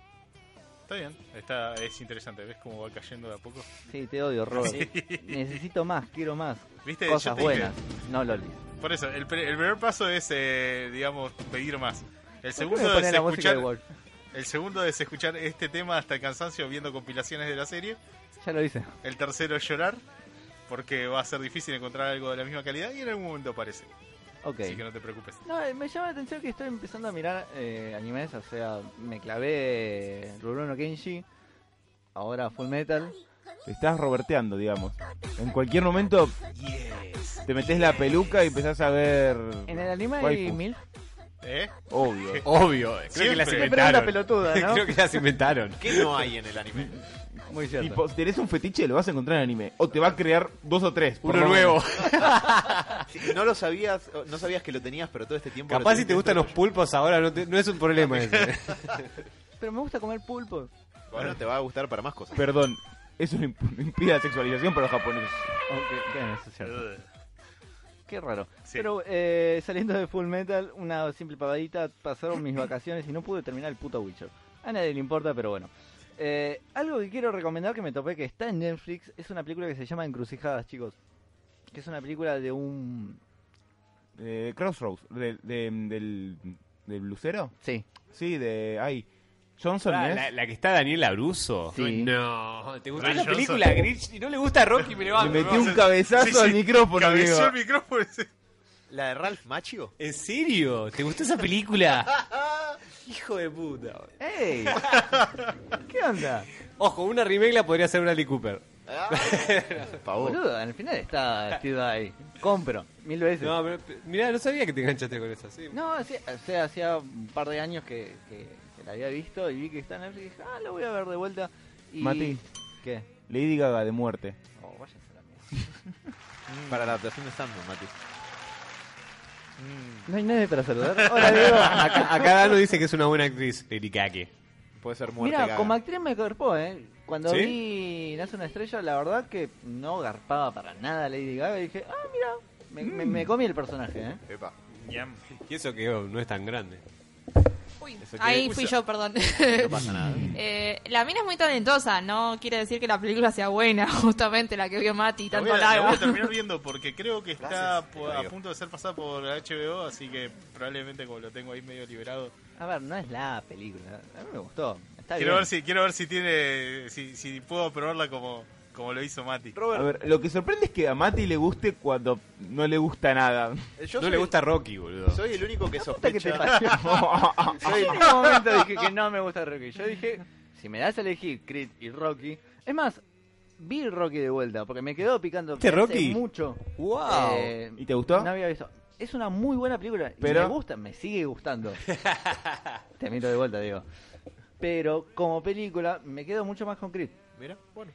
A: Está bien, está, es interesante, ves cómo va cayendo de a poco.
C: Sí, te odio, Robert. Necesito más, quiero más.
A: ¿Viste? Yo
C: Cosas
A: te dije-
C: buenas, no lolis.
A: por eso, el, pre- el primer paso es, eh, digamos, pedir más. El
C: ¿Por qué
A: segundo,
C: me ponen
A: es
C: la música de
A: escuchar,
C: Wolf?
A: el segundo es escuchar este tema hasta el cansancio viendo compilaciones de la serie.
C: Ya lo hice.
A: El tercero es llorar, porque va a ser difícil encontrar algo de la misma calidad y en algún momento aparece.
C: Ok.
A: Así que no te preocupes.
C: No, eh, me llama la atención que estoy empezando a mirar eh, animes, o sea, me clavé eh, Rurouni Kenshi, ahora Full Metal.
E: Te estás roberteando, digamos. En cualquier momento te metes la peluca y empezás a ver.
C: En el anime hay
E: waifus.
C: mil.
A: ¿eh?
E: Obvio.
D: Obvio, creo que
A: Siempre.
C: Pero es
D: las
C: una
D: inventaron.
C: pelotuda, ¿no?
D: Creo que las inventaron.
B: ¿Qué no hay en el anime?
C: Muy cierto.
E: Tipo, si tenés un fetiche, lo vas a encontrar en anime. O te va a crear dos o tres. por
D: Uno
E: lo menos.
D: nuevo.
B: Sí, no lo sabías, no sabías que lo tenías, pero todo este tiempo. lo
D: Capaz si
B: tenías
D: te gustan los
B: dentro
D: pulpos ahora no, te- no es un problema ese.
C: Pero me gusta comer pulpo.
B: tuyo. Bueno, te va a gustar para más cosas.
E: Perdón. Eso no imp- impide la sexualización para los japoneses.
C: Aunque, bueno, eso es cierto.
A: Ugh.
C: Qué raro.
A: Sí.
C: Pero eh, saliendo de Full Metal, una simple pavadita, pasaron mis vacaciones y no pude terminar el puto Witcher. A nadie le importa, pero bueno. Eh, algo que quiero recomendar que me topé que está en Netflix es una película que se llama Encrucijadas, chicos. Que es una película de un...
E: Eh, Crossroads, de- de- del, del lucero.
C: Sí,
E: Sí, de. Ay. Johnson, ¿no es?
D: Ah, la, la que está Daniela Aruso.
C: Sí.
D: No, ¿te gustó
A: Ray
D: la
A: Johnson.
D: película Grinch? Y no le gusta a Rocky, me
E: Le
D: levanto.
E: metí
D: ¿no?
E: un cabezazo
A: Sí, sí,
E: al micrófono,
A: cabeció
E: amigo.
A: el micrófono.
B: ¿La de Ralph Macchio?
D: ¿En serio? ¿Te gustó esa película? Hijo de puta.
C: ¡Ey! ¿Qué onda?
D: Ojo, una remake la podría hacer Bradley Cooper.
B: Por favor.
C: Boludo, al final está Steve ahí. Compro, mil veces. No,
D: No, pero, pe- mirá, no sabía que te enganchaste con esa. Sí.
C: hacía- o sea, hacía un par de años que, que- que la había visto y vi que está en Netflix y dije, ah, la voy a ver de vuelta. Y...
E: Mati.
C: ¿Qué?
E: Lady Gaga de muerte.
C: Oh, váyase a la mierda.
B: Para la adaptación de Sandman, Mati.
C: No hay nadie para saludar. Hola, Diego.
D: Acá, acá Dano dice que es una buena actriz, Lady Gaga.
B: Puede ser muerte.
C: Mira,
B: Gaga.
C: como actriz me garpó, ¿eh? Cuando
D: ¿Sí?
C: vi Nace una estrella, la verdad que no garpaba para nada Lady Gaga. Y dije, ah, mira, me, me- me comí el personaje, ¿eh?
B: Epa.
A: Ñam.
D: Y eso que oh, no es tan grande.
F: Uy,
B: Eso
F: ahí
B: quiere-
F: fui
B: Uy,
F: yo, perdón.
B: No pasa nada.
F: Eh, la mina es muy talentosa, no quiere decir que la película sea buena, justamente la que vio Mati,
A: La
F: tanto
A: voy, a, la voy a
F: halago.
A: terminar viendo porque creo que está
B: Gracias.
A: po- a punto de ser pasada por HBO, así que probablemente como lo tengo ahí medio liberado,
C: A ver, no es la película. A mí me gustó. está
A: quiero
C: bien.
A: ver si quiero ver si tiene si, si puedo probarla como como lo hizo Mati.
E: A ver, lo que sorprende es que a Mati le guste cuando no le gusta nada.
B: Yo
D: No
B: soy,
D: le gusta Rocky, boludo.
B: soy el único que
C: Puta que te
B: sospecha.
C: parió.
B: soy-
C: Yo en ningún momento dije que no me gusta Rocky. Yo dije, si me das a elegir Creed y Rocky. Es más, vi Rocky de vuelta porque me quedó picando
D: ¿Viste
C: hace
D: Rocky?
C: mucho.
D: ¡Wow!
C: Eh,
E: ¿Este ¿Y te gustó?
C: No había visto. Es una muy buena película. y
E: Pero-
C: me gusta, me sigue gustando. Te miro de vuelta, digo. Pero como película, me quedo mucho más con Creed.
B: Mira, bueno.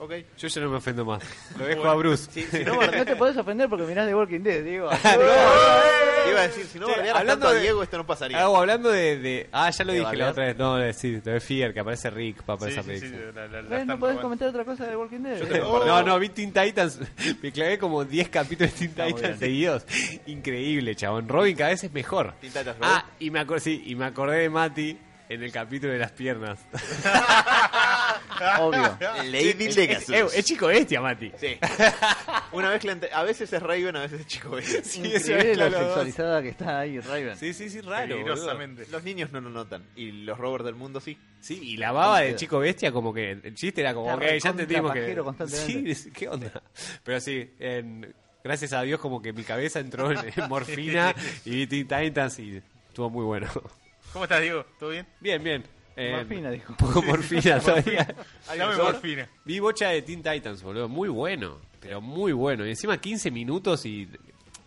B: Ok.
D: Yo ya no me ofendo más. Lo dejo
A: Bueno,
D: a Bruce.
B: Si, si no,
C: No,
B: barde-
C: te podés ofender porque mirás The Walking Dead, digo.
B: Eh, te iba a decir, si no
D: Che,
B: bardearas
D: hablando
B: tanto a
D: de-
B: Diego, esto no pasaría.
D: Ah, o hablando de, de- Ah, ya lo
C: ¿De
D: dije la
C: Balear?
D: otra vez. No, de, sí, de Fear, que aparece Rick para
A: Sí,
D: esa
A: sí, sí, la-
D: película.
A: la- la
C: Bueno,
A: están
C: ¿No podés
A: robando.
C: comentar otra cosa de The Walking Dead?
B: te-
D: Oh. No, no, vi Teen Titans. Me clavé como 10 capítulos de Teen Titans seguidos. Increíble, chabón. Robin cada vez es mejor.
B: Teen Titans Go.
D: Ah, y me, acor- sí, y me acordé de Mati en el capítulo de las piernas.
C: Obvio.
B: Ah, Lady
D: Es, eh, es chico bestia, Mati.
B: Sí. Una vez a veces es Raven, a veces es chico Bestia.
D: Sí, eso
C: Increíble
D: es
C: lo
D: los dos.
C: sexualizada que está ahí, Raven.
D: Sí, sí, sí, raro. boludo.
A: Peligrosamente.
B: Los niños no lo notan. Y los Robert del mundo sí.
D: Sí, y la baba de chico bestia, como que el chiste era como
C: Está
D: que ya
C: recontra
D: entendimos
C: pajero
D: que.
C: constantemente.
D: Sí, ¿qué onda? Pero sí, en- gracias a Dios, como que mi cabeza entró en, en morfina y vi Teen Titans y estuvo muy bueno.
A: ¿Cómo estás, Diego? ¿Todo bien?
D: Bien, bien. Eh,
C: Morfina, dijo.
D: Un poco morfina todavía.
A: Dame morfina.
D: Vi bocha de Teen Titans, boludo. Muy bueno, pero muy bueno. Y encima 15 minutos y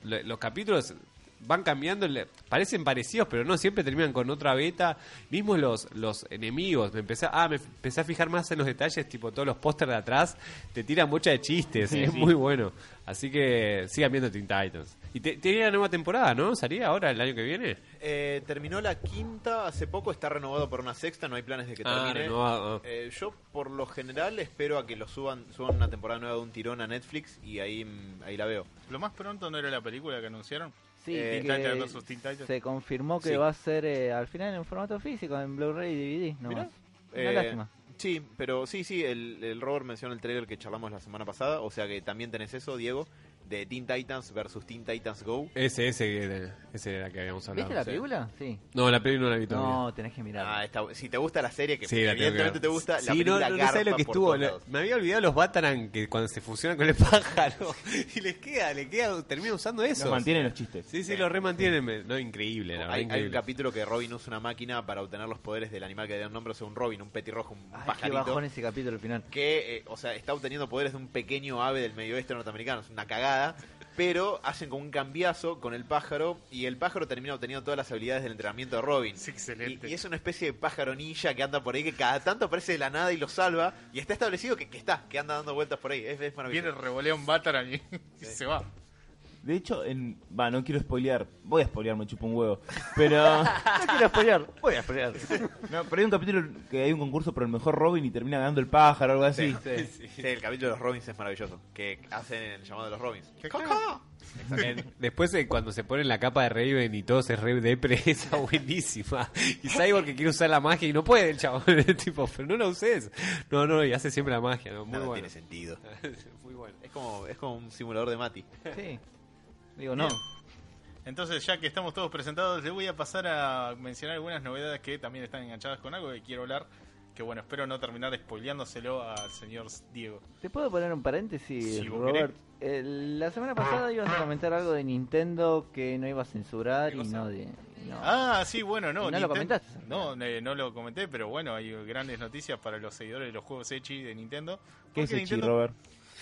D: lo- los capítulos van cambiando. le- Parecen parecidos, pero no. Siempre terminan con otra beta. Mismos los, los enemigos. Me empecé, ah, me f- empecé a fijar más en los detalles, tipo todos los pósteres de atrás. Te tiran bocha de chistes. es muy bueno. Así que sigan viendo Teen Titans. Y te- tiene la nueva temporada, ¿no? ¿Salía ahora el año que viene?
B: Eh, terminó la quinta hace poco, está renovado por una sexta, no hay planes de que
D: Ah,
B: termine.
D: renovado, ah.
B: Eh, yo por lo general espero a que lo suban, suban una temporada nueva de un tirón a Netflix y ahí, mm, ahí la veo.
A: Lo más pronto no era la película que anunciaron.
C: Sí,
B: Eh,
C: que
A: Teen Titans versus Teen Titans.
C: se confirmó que
B: Sí.
C: va a ser eh, al final en formato físico, en Blu-ray y DVD. No
B: Mirá.
C: más. Una
B: Eh,
C: lástima.
B: Sí, pero sí, sí, el, el Robert menciona el trailer que charlamos la semana pasada, o sea que también tenés eso, Diego, de Teen Titans versus Teen Titans Go.
D: Ese, ese, era- ese era que habíamos hablado.
C: ¿Viste la
D: Sí.
C: película? Sí.
D: No, la peli no la vi todavía.
C: No, tenés que mirar.
B: Ah, está bu- si te gusta la serie, que
D: Sí, la tengo que
B: evidentemente
D: ver.
B: te gusta, la
D: Sí, no,
B: película
D: no, no sabes lo
B: garpa
D: que
B: por
D: estuvo.
B: todos
D: la-
B: lados.
D: me había olvidado los Bataran que cuando se fusionan con el pájaro y les queda, le queda, termina usando eso.
E: Los mantienen los chistes.
D: Sí, sí, lo remantienen. me- No, increíble, la verdad,
B: Hay, hay un
D: increíble.
B: capítulo que Robin usa una máquina para obtener los poderes del animal que le da nombre, o sea, un Robin, un petirrojo, un
C: Ay, qué
B: pajarito.
C: bajón ese capítulo al final.
B: que, eh, o sea, está obteniendo poderes de un pequeño ave del medio oeste norteamericano, es una cagada, pero hacen con un cambiazo con el pájaro y el pájaro termina obteniendo todas las habilidades del entrenamiento de Robin.
A: Es excelente.
B: Y, y es una especie de pájaro ninja que anda por ahí, que cada tanto aparece de la nada y lo salva, y está establecido que, que está, que anda dando vueltas por ahí, es, es
A: Viene,
B: maravilloso.
A: revolea un Bataran y, y se va.
E: De hecho, en. Va, no quiero spoilear. Voy a spoilear, me chupo un huevo. Pero.
C: No quiero spoilear, voy a spoilear.
E: No, pero hay un capítulo que hay un concurso por el mejor Robin y termina ganando el pájaro o algo así.
B: Sí, el capítulo de los Robins es maravilloso, que hacen el llamado de los Robins.
D: En- después, eh, cuando se ponen la capa de Raven y todos es re depre, esa buenísima. Y Cyborg que quiere usar la magia y no puede, el chabón. tipo, pero no la uses. No, no, y hace siempre la magia. ¿no? Muy
B: Nada
D: bueno.
B: tiene sentido.
D: Muy bueno.
B: Es como, es como un simulador de Mati.
C: Sí. Digo, no.
A: Entonces, ya que estamos todos presentados, le voy a pasar a mencionar algunas novedades que también están enganchadas con algo que quiero hablar. Que bueno, espero no terminar spoileándoselo al señor Diego.
C: ¿Te puedo poner un paréntesis,
A: Si vos Ah.
C: Robert? Eh, la semana pasada ibas a comentar algo de Nintendo que no iba a censurar
A: ¿Qué
C: y
A: cosa?
C: no de. no.
A: Ah, sí, bueno, no.
C: ¿No lo
A: Ninten-
C: comentaste?
A: No, eh, no lo comenté, pero bueno, hay grandes noticias para los seguidores de los juegos Echi de Nintendo. Porque
E: ¿Qué es Echi,
A: Nintendo-
E: Robert?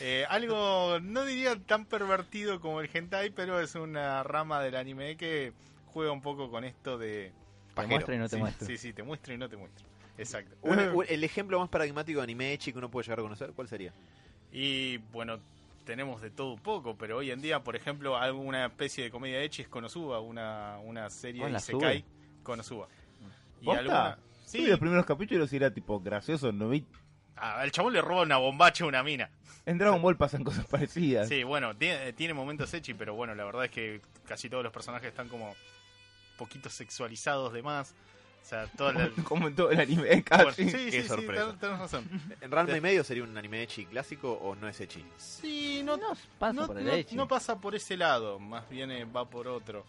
A: Eh, algo, no diría tan pervertido como el hentai, pero es una rama del anime que juega un poco con esto de...
C: Te muestra y no te
A: sí,
C: muestra. Uh,
A: Sí, sí, te muestra y no te muestra. Exacto.
B: Un- un- el ejemplo más paradigmático de anime echi que uno puede llegar a conocer, ¿cuál sería?
A: Y bueno, tenemos de todo un poco, pero hoy en día, por ejemplo, alguna especie de comedia ecchi es Konosuba, una, una serie
C: Hola,
A: de Isekai Konosuba. Y
E: ¿Posta?
A: alguna...
E: Yo
A: Sí,
E: vi los primeros capítulos y era tipo gracioso, no vi.
A: ah, al chabón le roba una bombacha a una mina.
E: En Dragon Ball pasan cosas parecidas.
A: Sí, bueno, tiene, tiene momentos echi, pero bueno, la verdad es que casi todos los personajes están como poquito sexualizados de más. O sea, toda la...
E: Como en todo el anime.
A: Bueno,
E: casi.
A: sí,
B: qué
A: sí, sí,
B: sorpresa.
A: ten- tenés razón.
B: ¿En Ranma y medio sería un anime echi clásico o no es echi?
A: Sí, no,
C: No pasa
A: no,
C: por el
A: no-
C: ecchi.
A: no pasa por ese lado, más bien eh, va por otro.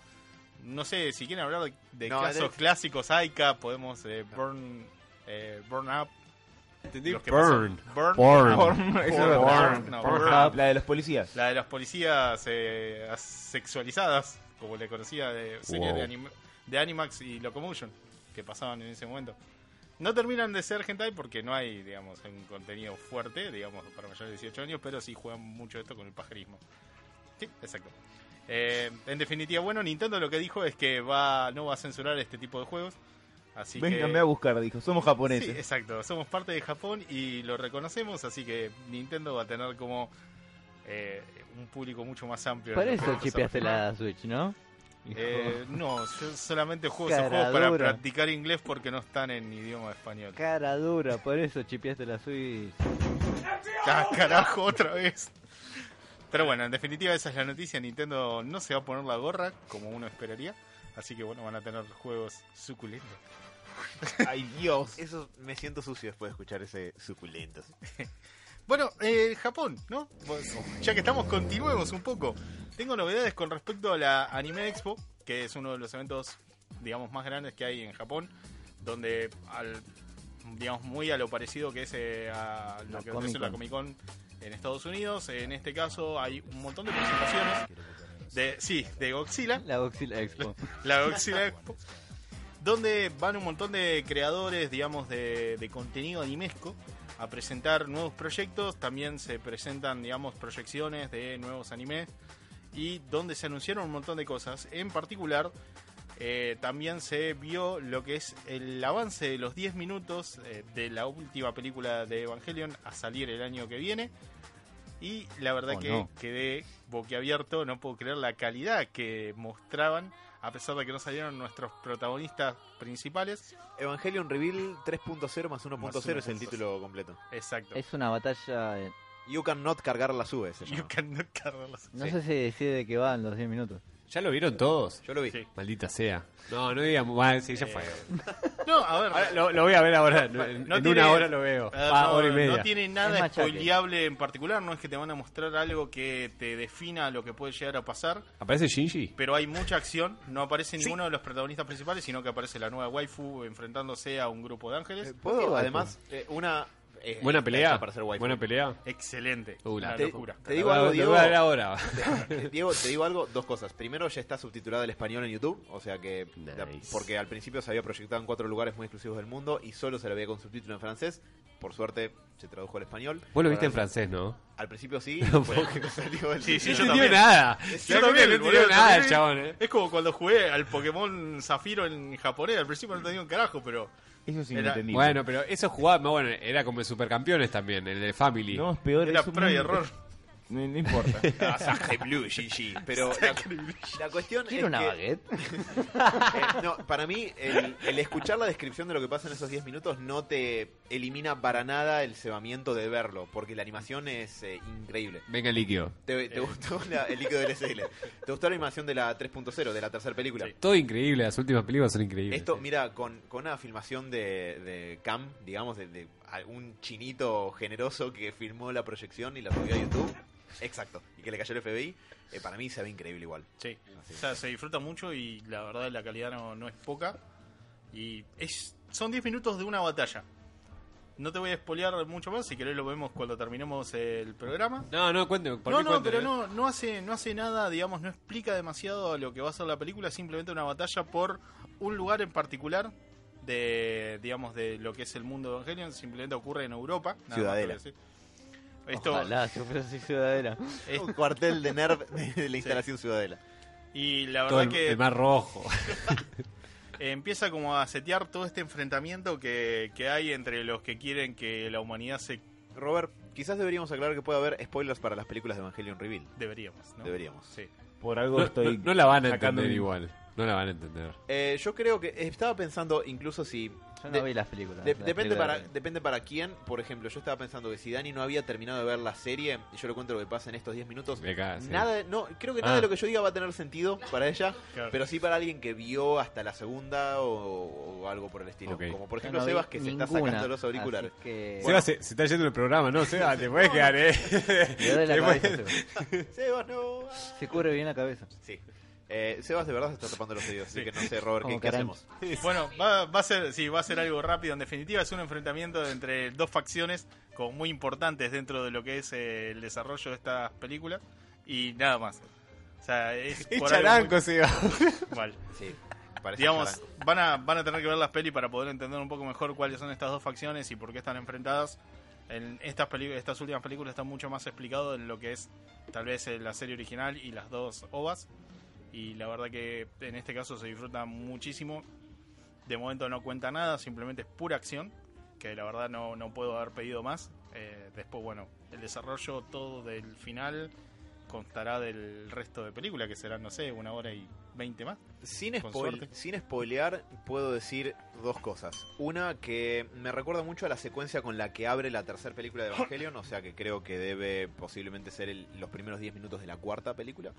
A: No sé, si quieren hablar de, de
B: No,
A: casos
B: de-
A: clásicos, Aika, podemos eh, Burn eh, Burn Up.
D: Entendí.
A: los que
D: Burn.
A: pasan- Burn.
D: Porn.
E: Porn, eso es
A: Porn.
E: verdad.
A: No,
E: Pornhub,
A: Pornhub.
E: La de los policías.
A: La de las policías eh, as- sexualizadas, como le conocía de series
D: Wow.
A: de, anim- de Animax y Locomotion, que pasaban en ese momento. No terminan de ser hentai porque no hay, digamos, un contenido fuerte, digamos, para mayores de 18 años, pero sí juegan mucho esto con el pajarismo. Sí, exacto. Eh, en definitiva, bueno, Nintendo lo que dijo es que va no va a censurar este tipo de juegos. Así que...
E: Vénganme a buscar, dijo. Somos
A: Sí,
E: japoneses.
A: exacto. Somos parte de Japón y lo reconocemos, así que Nintendo va a tener como eh, un público mucho más amplio.
C: Por
A: en lo que
C: eso
A: es
C: chipeaste
A: persona.
C: la Switch, ¿no?
A: Eh, no, yo solamente juego
C: Cara
A: esos juegos para
C: dura.
A: practicar inglés porque no están en idioma español.
C: Cara dura, por eso chipeaste la Switch.
A: Ah, carajo, otra vez. Pero bueno, en definitiva esa es la noticia. Nintendo no se va a poner la gorra como uno esperaría. Así que bueno, van a tener juegos suculentos.
E: Ay, Dios.
B: Eso me siento sucio después de escuchar ese suculento.
A: Bueno, eh, Japón, ¿no? Pues, ya que estamos, continuemos un poco. Tengo novedades con respecto a la Anime Expo, que es uno de los eventos, digamos, más grandes que hay en Japón, donde, al, digamos, muy a lo parecido que es eh, a lo
C: La
A: que acontece en la Comic
C: Comic
A: Con en Estados Unidos. En este caso hay un montón de presentaciones de, sí, de Godzilla,
C: La Godzilla Expo.
A: la Godzilla Expo, donde van un montón de creadores, digamos, de, de contenido animesco a presentar nuevos proyectos. También se presentan, digamos, proyecciones de nuevos animes y donde se anunciaron un montón de cosas. En particular, eh, también se vio lo que es el avance de los 10 minutos eh, de la última película de Evangelion a salir el año que viene. Y la verdad
E: Oh,
A: que
E: no.
A: quedé boquiabierto, no puedo creer la calidad que mostraban, a pesar de que no salieron nuestros protagonistas principales.
B: Evangelion Reveal 3.0 más 1.0 es el
A: 1.0.
B: título completo.
A: Exacto.
C: Es una batalla. eh,
B: You cannot cargar la sube. se
A: You
B: llama.
A: cannot cargar las-
C: No
A: Sí.
C: sé si decide de qué van los 10 minutos.
D: ¿Ya lo vieron todos?
B: Yo lo vi.
A: Sí.
D: Maldita sea. No, no digamos. Ah, sí, ya fue.
A: No, a ver.
D: Ahora lo, lo voy a ver ahora. En,
A: No
D: en
A: tiene-
D: una hora lo veo.
A: A ver,
D: Va,
A: no,
D: hora y
A: no
D: media.
A: tiene
C: Es
A: nada
C: machaque.
A: spoileable en particular, no es que te van a mostrar algo que te defina lo que puede llegar a pasar,
D: ¿Aparece Shinji?
A: pero hay mucha acción, no aparece ninguno de los protagonistas principales, sino que aparece la nueva waifu enfrentándose a un grupo de
B: Eh,
A: ángeles.
B: ¿Puedo?
C: waifu?
B: Además, eh, una. eh,
D: Buena
B: está
D: pelea.
B: hecha para ser waifu.
D: Buena pelea.
A: Excelente,
D: Uh, la
A: una
B: te,
A: locura.
B: te digo
D: Lo-
B: algo,
D: lo
B: Diego.
D: voy a ver ahora.
B: Eh, Diego, te digo algo, dos cosas. Primero, ya está subtitulada al español en YouTube, o sea que la-
D: Nice.
B: porque al principio se había proyectado en cuatro lugares muy exclusivos del mundo y solo se la veía con subtítulo en francés. Por suerte se tradujo al español.
D: Vos lo viste en
B: Ahora,
D: francés, ¿no?
B: Al principio sí, fue que me salió el
A: Sí, sí,
D: No
B: título.
A: yo
D: entendió
A: también. ¿eh?
D: nada.
A: Yo
D: Realmente
A: también,
D: no
A: boludo,
D: entendió nada,
A: también.
D: chabón. eh.
A: Es como cuando jugué al Pokémon Zafiro en japonés, al principio no tenía un carajo, pero
E: Eso sí
A: Era-
E: inentendible.
D: Bueno, pero eso jugaba, bueno, era como en Supercampeones también, el de Family.
E: No, es peor.
A: era
E: es un-
A: prueba y error.
E: No, no importa.
B: Ah, Sacre Blue, GG. Pero la, la cuestión es
C: ¿Quiere una
B: que,
C: baguette?
B: eh, no, para mí, el, el escuchar la descripción de lo que pasa en esos 10 minutos no te elimina para nada el cebamiento de verlo, porque la animación es eh, increíble.
D: Venga, líquido.
B: ¿Te,
A: Eh.
B: te gustó la- el líquido del SL? ¿Te gustó la animación de la 3.0, de la tercera película?
A: Sí.
D: Todo increíble, las últimas películas son increíbles.
B: Esto, mira, con, con una filmación de, de Cam, digamos, de, de algún chinito generoso que filmó la proyección y la subió a YouTube. Exacto. Y que le cayó el FBI. eh, para mí se ve increíble igual.
A: Sí, o sea, se disfruta mucho y la verdad la calidad no, no es poca. Y es, son 10 minutos de una batalla. No te voy a espolear mucho más, si querés lo vemos cuando terminemos el programa.
D: No, no, cuénteme. por eh?
A: No,
D: mí
A: no,
D: cuénteme.
A: pero no, no hace, no hace nada, digamos, no explica demasiado lo que va a ser la película, simplemente una batalla por un lugar en particular de, digamos, de lo que es el mundo de Evangelion, simplemente ocurre en Europa. nada más
B: Ciudadela.
A: que decir. Esto,
C: Ojalá, si fuera así ciudadera.
A: es-
B: Un cuartel de NERV de la instalación Ciudadela.
A: y la
D: Todo
A: verdad
D: el,
A: que
D: el mar rojo.
A: Eh, empieza como a setear todo este enfrentamiento que, que hay entre los que quieren que la humanidad se
B: Robert, quizás deberíamos aclarar que puede haber spoilers para las películas de Evangelion Reveal.
A: deberíamos, ¿no?
B: Deberíamos.
A: Sí.
E: Por algo
D: No, no-
E: estoy.
D: no la van a
E: sacando
D: entender
E: un-
D: igual. No la van a entender.
B: Eh, yo creo que estaba pensando incluso si
C: Yo no
B: De-
C: vi las películas.
B: De-
C: las
B: depende, para,
C: películas.
B: depende para quién. Por ejemplo, yo estaba pensando que si Dani no había terminado de ver la serie, y yo le cuento lo que pasa en estos 10 minutos,
D: Me caga, sí.
B: nada, de- no, creo que nada
D: Ah.
B: de lo que yo diga va a tener sentido para ella,
A: Claro.
B: pero sí para alguien que vio hasta la segunda o, o algo por el estilo.
D: Ok.
B: Como por
C: Yo
B: ejemplo
C: no vi
B: Sebas que se está
C: ninguna, Ah,
B: sacando los auriculares.
C: así que-
D: Seba, se, se está yendo el programa, ¿no? Seba, te puedes quedar, ¿eh?
C: Le duele la
D: Te
C: cabeza,
D: puedes-
C: Seba.
B: Sebas, no. ah.
C: Se cubre bien la cabeza.
B: Sí. Eh, Sebas de verdad se está tapando los oídos, así
A: Sí.
B: que no sé, Robert, ¿qué,
C: Como
B: qué
C: Karam.
B: hacemos?
A: Bueno, va, va a ser, sí, va a ser algo rápido. En definitiva, es un enfrentamiento entre dos facciones como muy importantes dentro de lo que es eh, el desarrollo de estas películas y nada más. O sea, es
D: Es
A: por algo
D: charanco, Seba.
A: muy- mal.
B: Sí, parece
A: Digamos,
B: charanga.
A: van a, van a tener que ver las pelis para poder entender un poco mejor cuáles son estas dos facciones y por qué están enfrentadas. En estas, peli- estas últimas películas está mucho más explicado en lo que es tal vez eh, la serie original y las dos ovas. Y la verdad que en este caso se disfruta muchísimo. De momento no cuenta nada, simplemente es pura acción, que la verdad no, no puedo haber pedido más. Eh, después, bueno, el desarrollo todo del final constará del resto de película, que será, no sé, una hora y veinte más.
B: Sin,
A: Con
B: spoil-
A: suerte.
B: sin spoilear, puedo decir dos cosas. Una, que me recuerda mucho a la secuencia con la que abre la tercera película de Evangelion, o sea que creo que debe posiblemente ser el- los primeros 10 minutos de la cuarta película.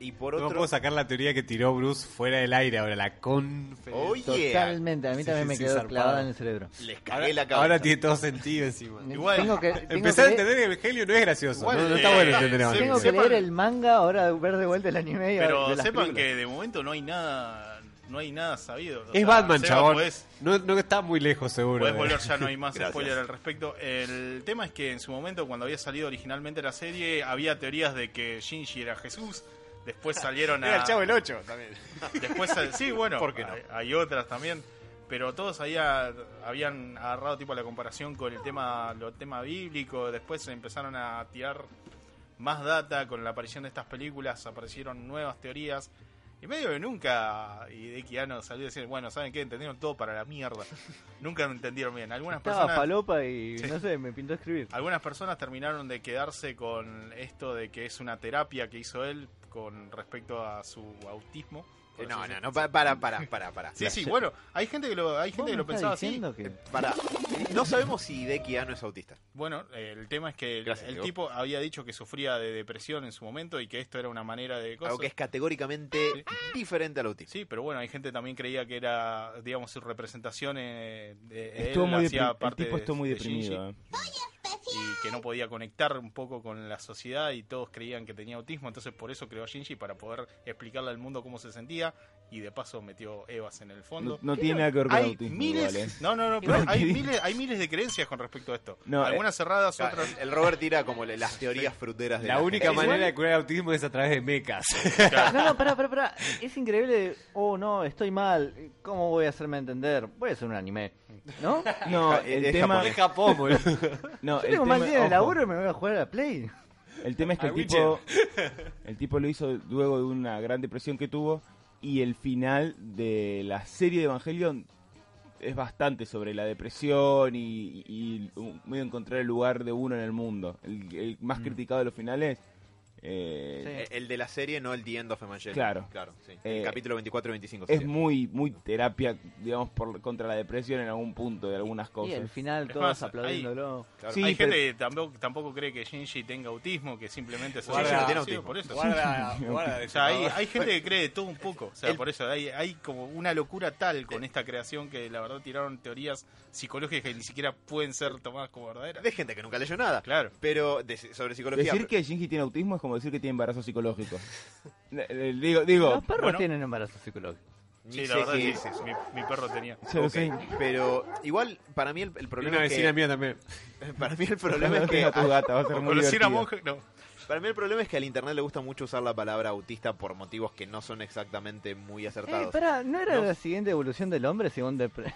B: Y por
D: No
B: otro...
D: puedo sacar la teoría que tiró Bruce fuera del aire ahora, la conferencia.
B: Oye,
C: Totalmente, a mí
D: Sí,
C: también
D: sí,
C: me
D: sí,
C: quedó
D: zarpado.
C: clavada en el cerebro.
B: les
D: ahora,
B: cagué la cabeza.
D: ahora tiene todo sentido encima.
A: Igual,
C: tengo que, tengo
D: Empezar a
C: que leer-
D: entender que Evangelio no es gracioso.
A: Igual,
D: no, no está
A: eh,
D: bueno
A: está-
D: entender
A: sí,
D: Evangelio.
C: tengo que
A: sepan-
C: leer el manga, ahora ver de vuelta el anime. y
A: Pero
C: de las
A: sepan
C: películas.
A: que de momento no hay nada, no hay nada sabido. O
D: Es
A: sea,
D: Batman,
A: Seba,
D: chabón.
A: Podés,
D: No, no está muy lejos, seguro. eh.
A: podés
D: de-
A: volver, ya no hay más
B: Gracias.
A: spoiler al respecto. El tema es que en su momento, cuando había salido originalmente la serie, había teorías de que Shinji era Jesús. Después salieron a.
D: Era el chavo el 8 también.
A: Después, sal- sí, bueno,
B: ¿Por qué no?
A: hay, hay otras también. Pero todos había- habían agarrado tipo la comparación con el tema, lo tema bíblico. Después se empezaron a tirar más data con la aparición de estas películas. Aparecieron nuevas teorías. Y medio que nunca Hideki Anno salió a decir, bueno, ¿saben qué? Entendieron todo para la mierda. nunca entendieron bien. Algunas
C: Estaba
A: personas...
C: falopa y
A: Sí.
C: no sé, me pintó escribir.
A: Algunas personas terminaron de quedarse con esto de que es una terapia que hizo él con respecto a su autismo. por
B: Eh, No,
A: así
B: no, no, pa- para, para, para, para.
A: Sí, sí, bueno, hay gente que lo, hay gente que lo pensaba así.
C: Que...
B: Para. No sabemos si Hideki Anno es autista.
A: Bueno, eh, el tema es que el,
B: Gracias,
A: el
B: Diego.
A: tipo había dicho que sufría de depresión en su momento y que esto era una manera de cosas.
B: Algo que es categóricamente diferente al autismo.
A: Sí, pero bueno, hay gente que también creía que era, digamos, su representación eh, de
E: Estuvo
A: él
E: muy
A: hacía
E: deprim- el
A: parte
E: tipo
A: de-
E: estuvo muy
A: de Shinji
E: deprimido. eh.
A: y que no podía conectar un poco con la sociedad y todos creían que tenía autismo, entonces por eso creó a Shinji para poder explicarle al mundo cómo se sentía y de paso metió Evas en el fondo.
E: No, no tiene nada que ver con
A: hay
E: autismo.
A: miles,
E: igual, eh.
A: no, no, no, pero
E: Igual
A: hay
E: te digo.
A: miles, hay miles de creencias con respecto a esto.
E: No, eh,
A: Algunas cerradas,
B: Ah,
A: otras
D: eh,
B: el- El Robert tira como le- las teorías fruteras de
D: La única
B: gente.
D: manera de curar el autismo es a través de mecas.
C: No, no, pará, pará, pará. Es increíble. Oh, no, estoy mal. ¿Cómo voy a hacerme entender? Voy a hacer un anime. ¿no? Yo
E: No,
B: Ja-
E: el
B: es
E: tema.
D: es Japón, boludo.
E: No, el
C: tengo más
E: tema-
C: días de
E: ojo,
C: laburo y me voy a jugar a la Play.
E: El tema es que
D: A
E: el tipo, el tipo lo hizo luego de una gran depresión que tuvo y el final de la serie de Evangelion es bastante sobre la depresión y, y- y un- medio encontrar el lugar de uno en el mundo. El, el
A: Mm.
E: más criticado de los finales. eh,
B: Eh, El de la serie, no el The End of Evangelion.
E: Claro.
B: sí. El
E: Eh,
B: capítulo 24 y 25.
E: Es
B: sería.
E: muy muy terapia, digamos, por, contra la depresión en algún punto de algunas
C: Y
E: cosas.
C: al final
A: Es
C: todos
A: más,
C: aplaudiéndolo.
B: Claro.
E: Sí,
A: hay
E: pero-
A: gente que tampoco, tampoco cree que Shinji tenga autismo, que simplemente es
D: Guarda.
A: así,
D: Tiene
B: autismo.
A: por eso.
D: Guarda, guarda.
A: O sea, hay, hay gente que cree de todo un poco. O sea,
B: El- Eh.
A: por eso hay, hay como una locura tal con esta creación que la verdad tiraron teorías psicológicas que ni siquiera pueden ser tomadas como verdaderas.
B: De gente que nunca leyó nada.
A: Claro.
B: Pero de- sobre psicología.
E: Decir que Shinji tiene autismo es como decir que tiene embarazo psicológico. Le- le- digo, digo,
C: Los perros
A: bueno.
C: tienen embarazo psicológico.
B: ni
A: Sí, la
B: sé
A: verdad,
B: qué
A: sí,
B: es
A: sí,
B: eso.
A: sí, Mi, mi perro tenía.
E: ya lo
B: Ok,
E: sé.
B: Pero igual, para mí el, el
D: Y
B: problema
D: una
B: es
D: vecina
B: que.
D: mía también.
B: Para mí el problema es que.
E: Tenga tu gata, va a ser
A: O
E: muy
A: conocí una
E: divertido.
A: monja- no.
B: Para mí el problema es que al internet le gusta mucho usar la palabra autista por motivos que no son exactamente muy
C: Eh,
B: acertados.
C: pará, ¿no era
B: No.
C: la siguiente evolución del hombre según Depre?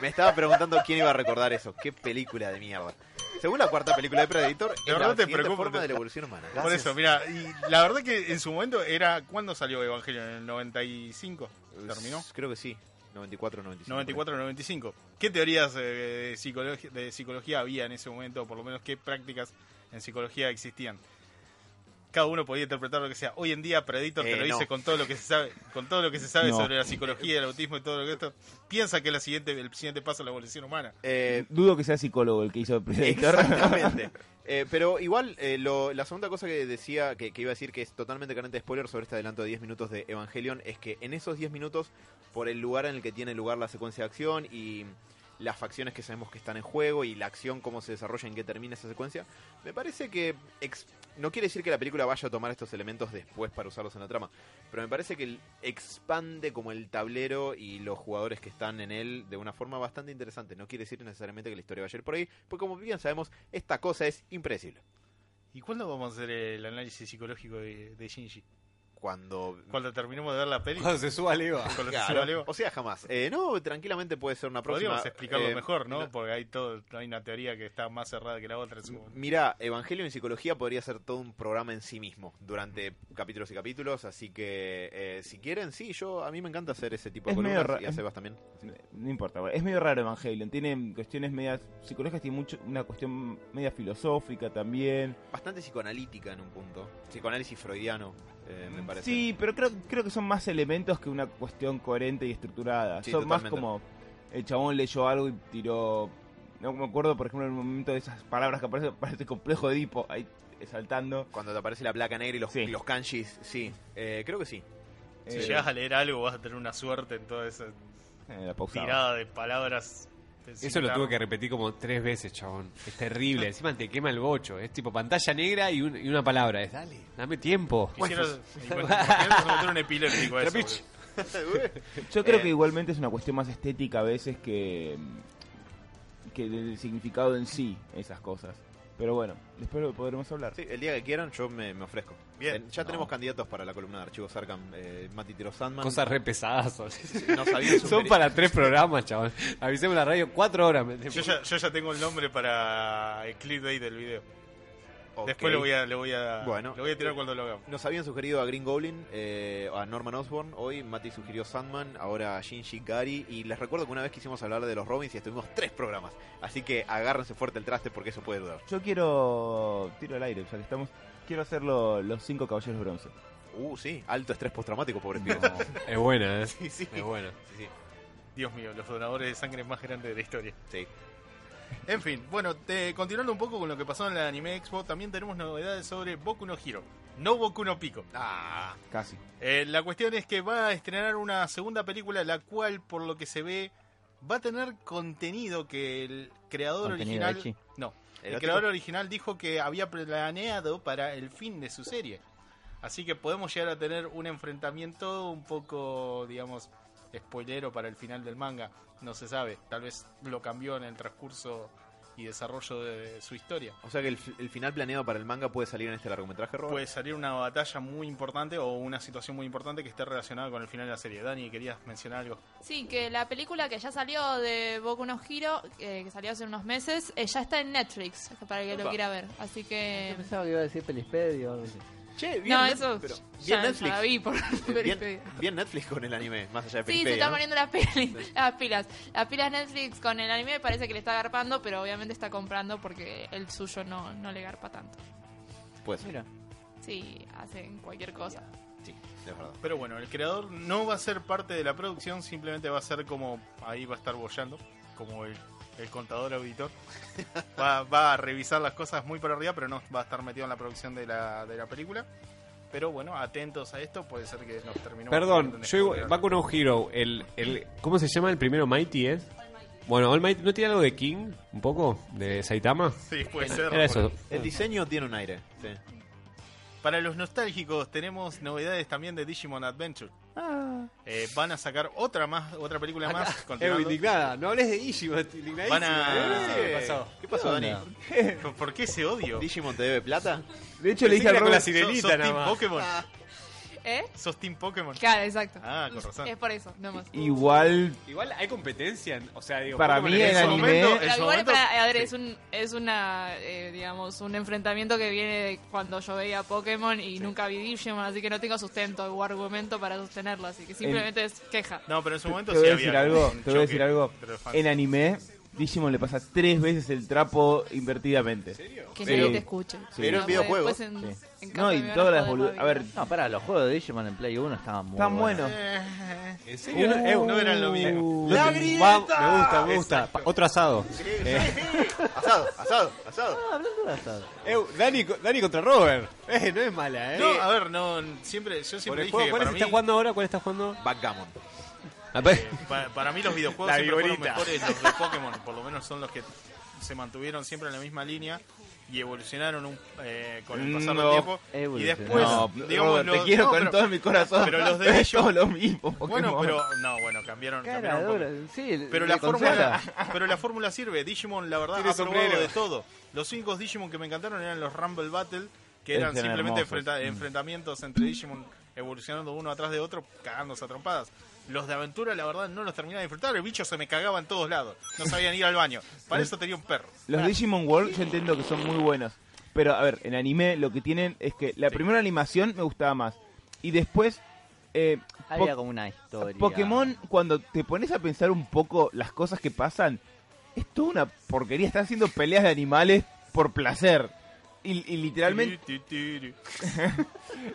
B: Me estaba preguntando quién iba a recordar eso. Qué película de mierda. Según la cuarta película de Predator, es
A: verdad
B: la
A: te
B: siguiente
A: preocupa,
B: forma
A: te-
B: de la evolución humana.
A: Por
B: Gracias.
A: eso, mira, y la verdad que en su momento era. ¿Cuándo salió Evangelio? ¿En el 95? ¿Terminó?
B: Creo que sí. 94, 95.
A: 94 95. ¿Qué teorías eh, de, psicología, de psicología había en ese momento? o Por lo menos, ¿qué prácticas en psicología existían? Cada uno podía interpretar lo que sea. Hoy en día Predator te
B: Eh,
A: lo
B: no.
A: dice con todo lo que se sabe, con todo lo que se sabe
E: No.
A: sobre la psicología, el autismo y todo lo que esto. Piensa que es la siguiente, el siguiente paso de la evolución humana.
B: Eh,
E: Dudo que sea psicólogo el que hizo Predator.
B: Exactamente. Eh, pero igual, eh, lo- la segunda cosa que decía, que, que iba a decir que es totalmente carente de spoiler sobre este adelanto de 10 minutos de Evangelion, es que en esos 10 minutos, por el lugar en el que tiene lugar la secuencia de acción y las facciones que sabemos que están en juego y la acción, cómo se desarrolla, en qué termina esa secuencia. Me parece que ex- no quiere decir que la película vaya a tomar estos elementos después para usarlos en la trama, pero me parece que el- expande como el tablero y los jugadores que están en él de una forma bastante interesante. No quiere decir necesariamente que la historia vaya a ir por ahí, porque como bien sabemos, esta cosa es impredecible.
A: ¿Y cuándo vamos a hacer el análisis psicológico de, de Shinji?
B: Cuando
A: ¿Cuando terminemos de ver la peli?
D: Cuando se suba al EVA.
A: Cuando se
B: Claro.
A: suba Leo.
B: O sea, jamás. Eh, no, tranquilamente puede ser una próxima.
A: Podríamos explicarlo
B: Eh,
A: mejor, ¿no? Porque hay todo, hay una teoría que está más cerrada que la otra. en su momento.
B: Mira, Evangelio en psicología podría ser todo un programa en sí mismo durante capítulos y capítulos, así que eh, si quieren, sí, yo a mí me encanta hacer ese tipo de
E: Es medio
B: columnas y
E: ra-
B: a Sebas también.
E: No importa, bueno, es medio raro Evangelion. Tiene cuestiones medias psicológicas, tiene mucho, una cuestión media filosófica también.
B: Bastante psicoanalítica en un punto, psicoanálisis freudiano, eh, me parece.
E: Sí, pero creo, creo que son más elementos que una cuestión coherente y estructurada.
B: Sí,
E: son más
B: totalmente.
E: como el chabón leyó algo y tiró. No me acuerdo, por ejemplo, en un momento de esas palabras que aparece, parece complejo de Edipo ahí eh, saltando.
B: Cuando te aparece la placa negra y los,
E: Sí.
B: y los kanjis, sí, eh, creo que sí.
A: Si
E: Eh,
A: llegas a leer algo, vas a tener una suerte en toda esa
E: eh, la pausaba.
A: tirada de palabras.
D: Eso lo tuve que repetir como tres veces, chabón. Es terrible. Encima te quema el bocho. Es tipo pantalla negra y, un- y una palabra. Es dale, dame tiempo.
A: Quisieron, bueno, quisieron meter un epiléptico a eso,
D: Trapich.
A: boludo.
E: Yo creo
B: Eh,
E: que igualmente es una cuestión más estética a veces que, que del significado en sí, esas cosas. Pero bueno, después lo podremos hablar.
B: Sí, el día que quieran yo me, me ofrezco.
A: Bien.
B: Eh, ya
E: No.
B: tenemos candidatos para la columna de archivos Arkham, eh, Mati Tiro Sandman.
D: Cosas re pesadas. son.
B: nos habían
D: Son
B: sugerido-
D: para tres programas, chabón. Avisemos la radio cuatro horas. me-
A: Yo ya, yo ya tengo el nombre para el clickbait del video.
B: Ok.
A: Después lo voy a, lo voy a,
B: Bueno.
A: lo voy a tirar cuando lo hagamos.
B: Nos habían sugerido a Green Goblin, eh, a Norman Osborn, hoy Mati sugirió Sandman, ahora a Shinji Gary y les recuerdo que una vez quisimos hablar de los Robins y estuvimos tres programas, así que agárrense fuerte el traste porque eso puede durar.
E: Yo quiero. Tiro al aire, ya que estamos. Quiero hacer lo- los cinco caballeros bronce.
B: Uh, sí, alto estrés postraumático, pobre
E: No.
B: tío.
D: Es buena, ¿eh?
B: Sí, sí,
D: Es buena.
B: sí,
A: Dios mío, los donadores de sangre más grandes de la historia.
B: sí.
A: En fin, bueno, te- continuando un poco con lo que pasó en la Anime Expo, también tenemos novedades sobre Boku no Hero. No Boku no Pico.
B: Ah,
E: Casi.
A: Eh, la cuestión es que va a estrenar una segunda película, la cual, por lo que se ve, va a tener contenido que el creador
C: Contenido
A: original.
C: ecchi.
A: No, el
B: ¿Erótico?
A: creador original dijo que había planeado para el fin de su serie. Así que podemos llegar a tener un enfrentamiento un poco, digamos, spoilero para el final del manga. No se sabe, tal vez lo cambió en el transcurso y desarrollo de su historia.
B: o sea que el, fi- el final planeado para el manga puede salir en este largometraje, Robert.
A: Puede salir una batalla muy importante o una situación muy importante que esté relacionada con el final de la serie. Dani, querías mencionar algo.
F: Sí, que la película que ya salió de Boku no Hero, eh, que salió hace unos meses, eh, ya está en Netflix, para el que lo
B: Opa.
F: quiera ver. Así
C: Yo
F: que...
C: pensaba que iba a decir Pelispedio o algo así.
B: Che, bien,
F: No,
B: Net-
F: eso
B: pero
F: ya,
B: bien
F: ya
B: Netflix.
F: la vi por
B: Eh, Bien,
F: Wikipedia.
B: bien Netflix con el anime, más allá de
F: Sí, se
B: Peripedia,
F: están
B: ¿no?
F: poniendo las, peli- las pilas. Las pilas Netflix con el anime parece que le está garpando, pero obviamente está comprando porque el suyo no, no le garpa tanto.
B: Puede ser,
C: Mira,
F: Sí, hacen cualquier cosa.
B: sí, es verdad.
A: Pero bueno, el creador no va a ser parte de la producción, simplemente va a ser como ahí va a estar bollando, como el, el contador auditor. Va, va a revisar las cosas muy para arriba, pero no va a estar metido en la producción de la, de la película. Pero bueno, atentos a esto, puede ser que nos terminemos.
D: Perdón,
A: metiendo en
D: yo
A: spoiler.
D: igual- va con un Hero. El, el, ¿Cómo se llama el primero? Mighty, ¿eh? Bueno, All Might, ¿no tiene algo de King? ¿Un poco? ¿De Saitama?
A: Sí, puede ser.
D: Era eso.
B: El diseño tiene un aire, sí.
A: Para los nostálgicos tenemos novedades también de Digimon Adventure.
D: Ah.
A: Eh, van a sacar otra más, otra película más.
D: Eh,
A: continuando.
D: indignada. No hables de Digimon, indignadísima.
A: Van a- Eh.
D: ¿Qué Ah, pasó?
B: ¿Qué pasó, Dani?
A: ¿Por qué ese odio?
B: ¿Digimon te debe plata?
E: De hecho, le dije al
D: con la
E: Robert,
D: sirenita
A: ¿Sos, sos
D: nada
A: Team
D: más. Ah.
A: Pokémon?
F: ¿Eh?
A: ¿Sos Team Pokémon?
F: Claro, exacto.
A: Ah, con razón.
F: Es por eso, no más.
E: Igual.
D: Igual hay competencia. O sea, digo,
E: Para
D: Pokémon
E: mí
D: es
E: el
D: eso.
E: anime-
A: momento-
F: Pero
A: en su
F: igual
A: momento-
F: para- a ver, es
A: sí.
F: un es una eh, digamos un enfrentamiento que viene de cuando yo veía Pokémon y nunca vi Digimon, así que no tengo sustento o argumento para sostenerlo, así que simplemente es queja.
A: No, pero en su momento
E: te voy
A: sí
E: a decir
A: había un
E: algo. Te voy a
A: choque
E: decir algo.
A: entre los fans.
E: En anime, Digimon le pasa tres veces el trapo invertidamente.
F: Que
E: Pero-
F: nadie te escuche.
B: pero en
F: No,
B: videojuegos,
F: Ah, después en-
E: sí.
F: en casa
E: No,
F: me
E: y
F: van a
E: todas las
F: joder
E: boludeces.
F: la
E: A ver,
F: vida.
C: No, pará, los juegos de Digimon en Play 1 estaban muy
E: están buenos.
A: Eh,
D: ¿En serio? No, eh,
A: no eran lo mismo.
B: Uh,
D: no te- va- me gusta, me gusta. Pa- Otro asado.
B: Asado, asado, asado.
C: Ah, hablando de asado.
D: Eh, Dani, co- Dani contra Robert. Eh, no es mala, ¿eh?
A: No, a ver, no, siempre, yo
D: Por
A: siempre
D: el
A: dije
D: juego,
A: que
D: ¿Cuál
A: para
D: está
A: mí
D: jugando ahora? ¿Cuál está jugando?
B: Backgammon.
D: Aparte-
A: Pa- para mí los videojuegos
B: La
A: siempre fueron
B: viborita.
A: mejores, los de Pokémon por lo menos son los que se mantuvieron siempre en la misma línea y evolucionaron un- eh, con el pasar
E: No,
A: del tiempo. Y
C: evolucionaron.
A: después,
E: no,
A: digamos,
E: Robert,
A: los-
E: te quiero
A: no,
E: con
A: pero-
E: todo mi corazón.
A: pero los de
E: Pero es
A: ellos-
E: todo lo mismo.
A: Bueno,
E: Pokémon.
A: pero no, bueno, cambiaron,
C: Cara
A: cambiaron un poco.
C: dura, sí,
A: Pero
C: la
A: la, fórmula,
C: consola.
A: pero la fórmula sirve. Digimon, la verdad,
D: Tiene
A: ha probado
D: sombrero.
A: de todo. Los únicos Digimon que me encantaron eran los Rumble Battle, que
E: Es
A: eran
E: que eran
A: simplemente
E: hermosos.
A: enfrenta-
E: Mm.
A: enfrentamientos entre Digimon evolucionando uno atrás de otro, cagándose a trompadas. Los de aventura, la verdad, no los terminaba de disfrutar. El bicho se me cagaba en todos lados. No sabían ir al baño. Para eso tenía un perro.
E: Los Digimon World yo entiendo que son muy buenos. Pero, a ver, en anime lo que tienen es que la primera animación me gustaba más. Y después, eh,
C: Había
E: po-
C: como una historia.
E: Pokémon, cuando te pones a pensar un poco las cosas que pasan, es toda una porquería. Están haciendo peleas de animales por placer. Y, y literalmente,
A: Tiri, tiri.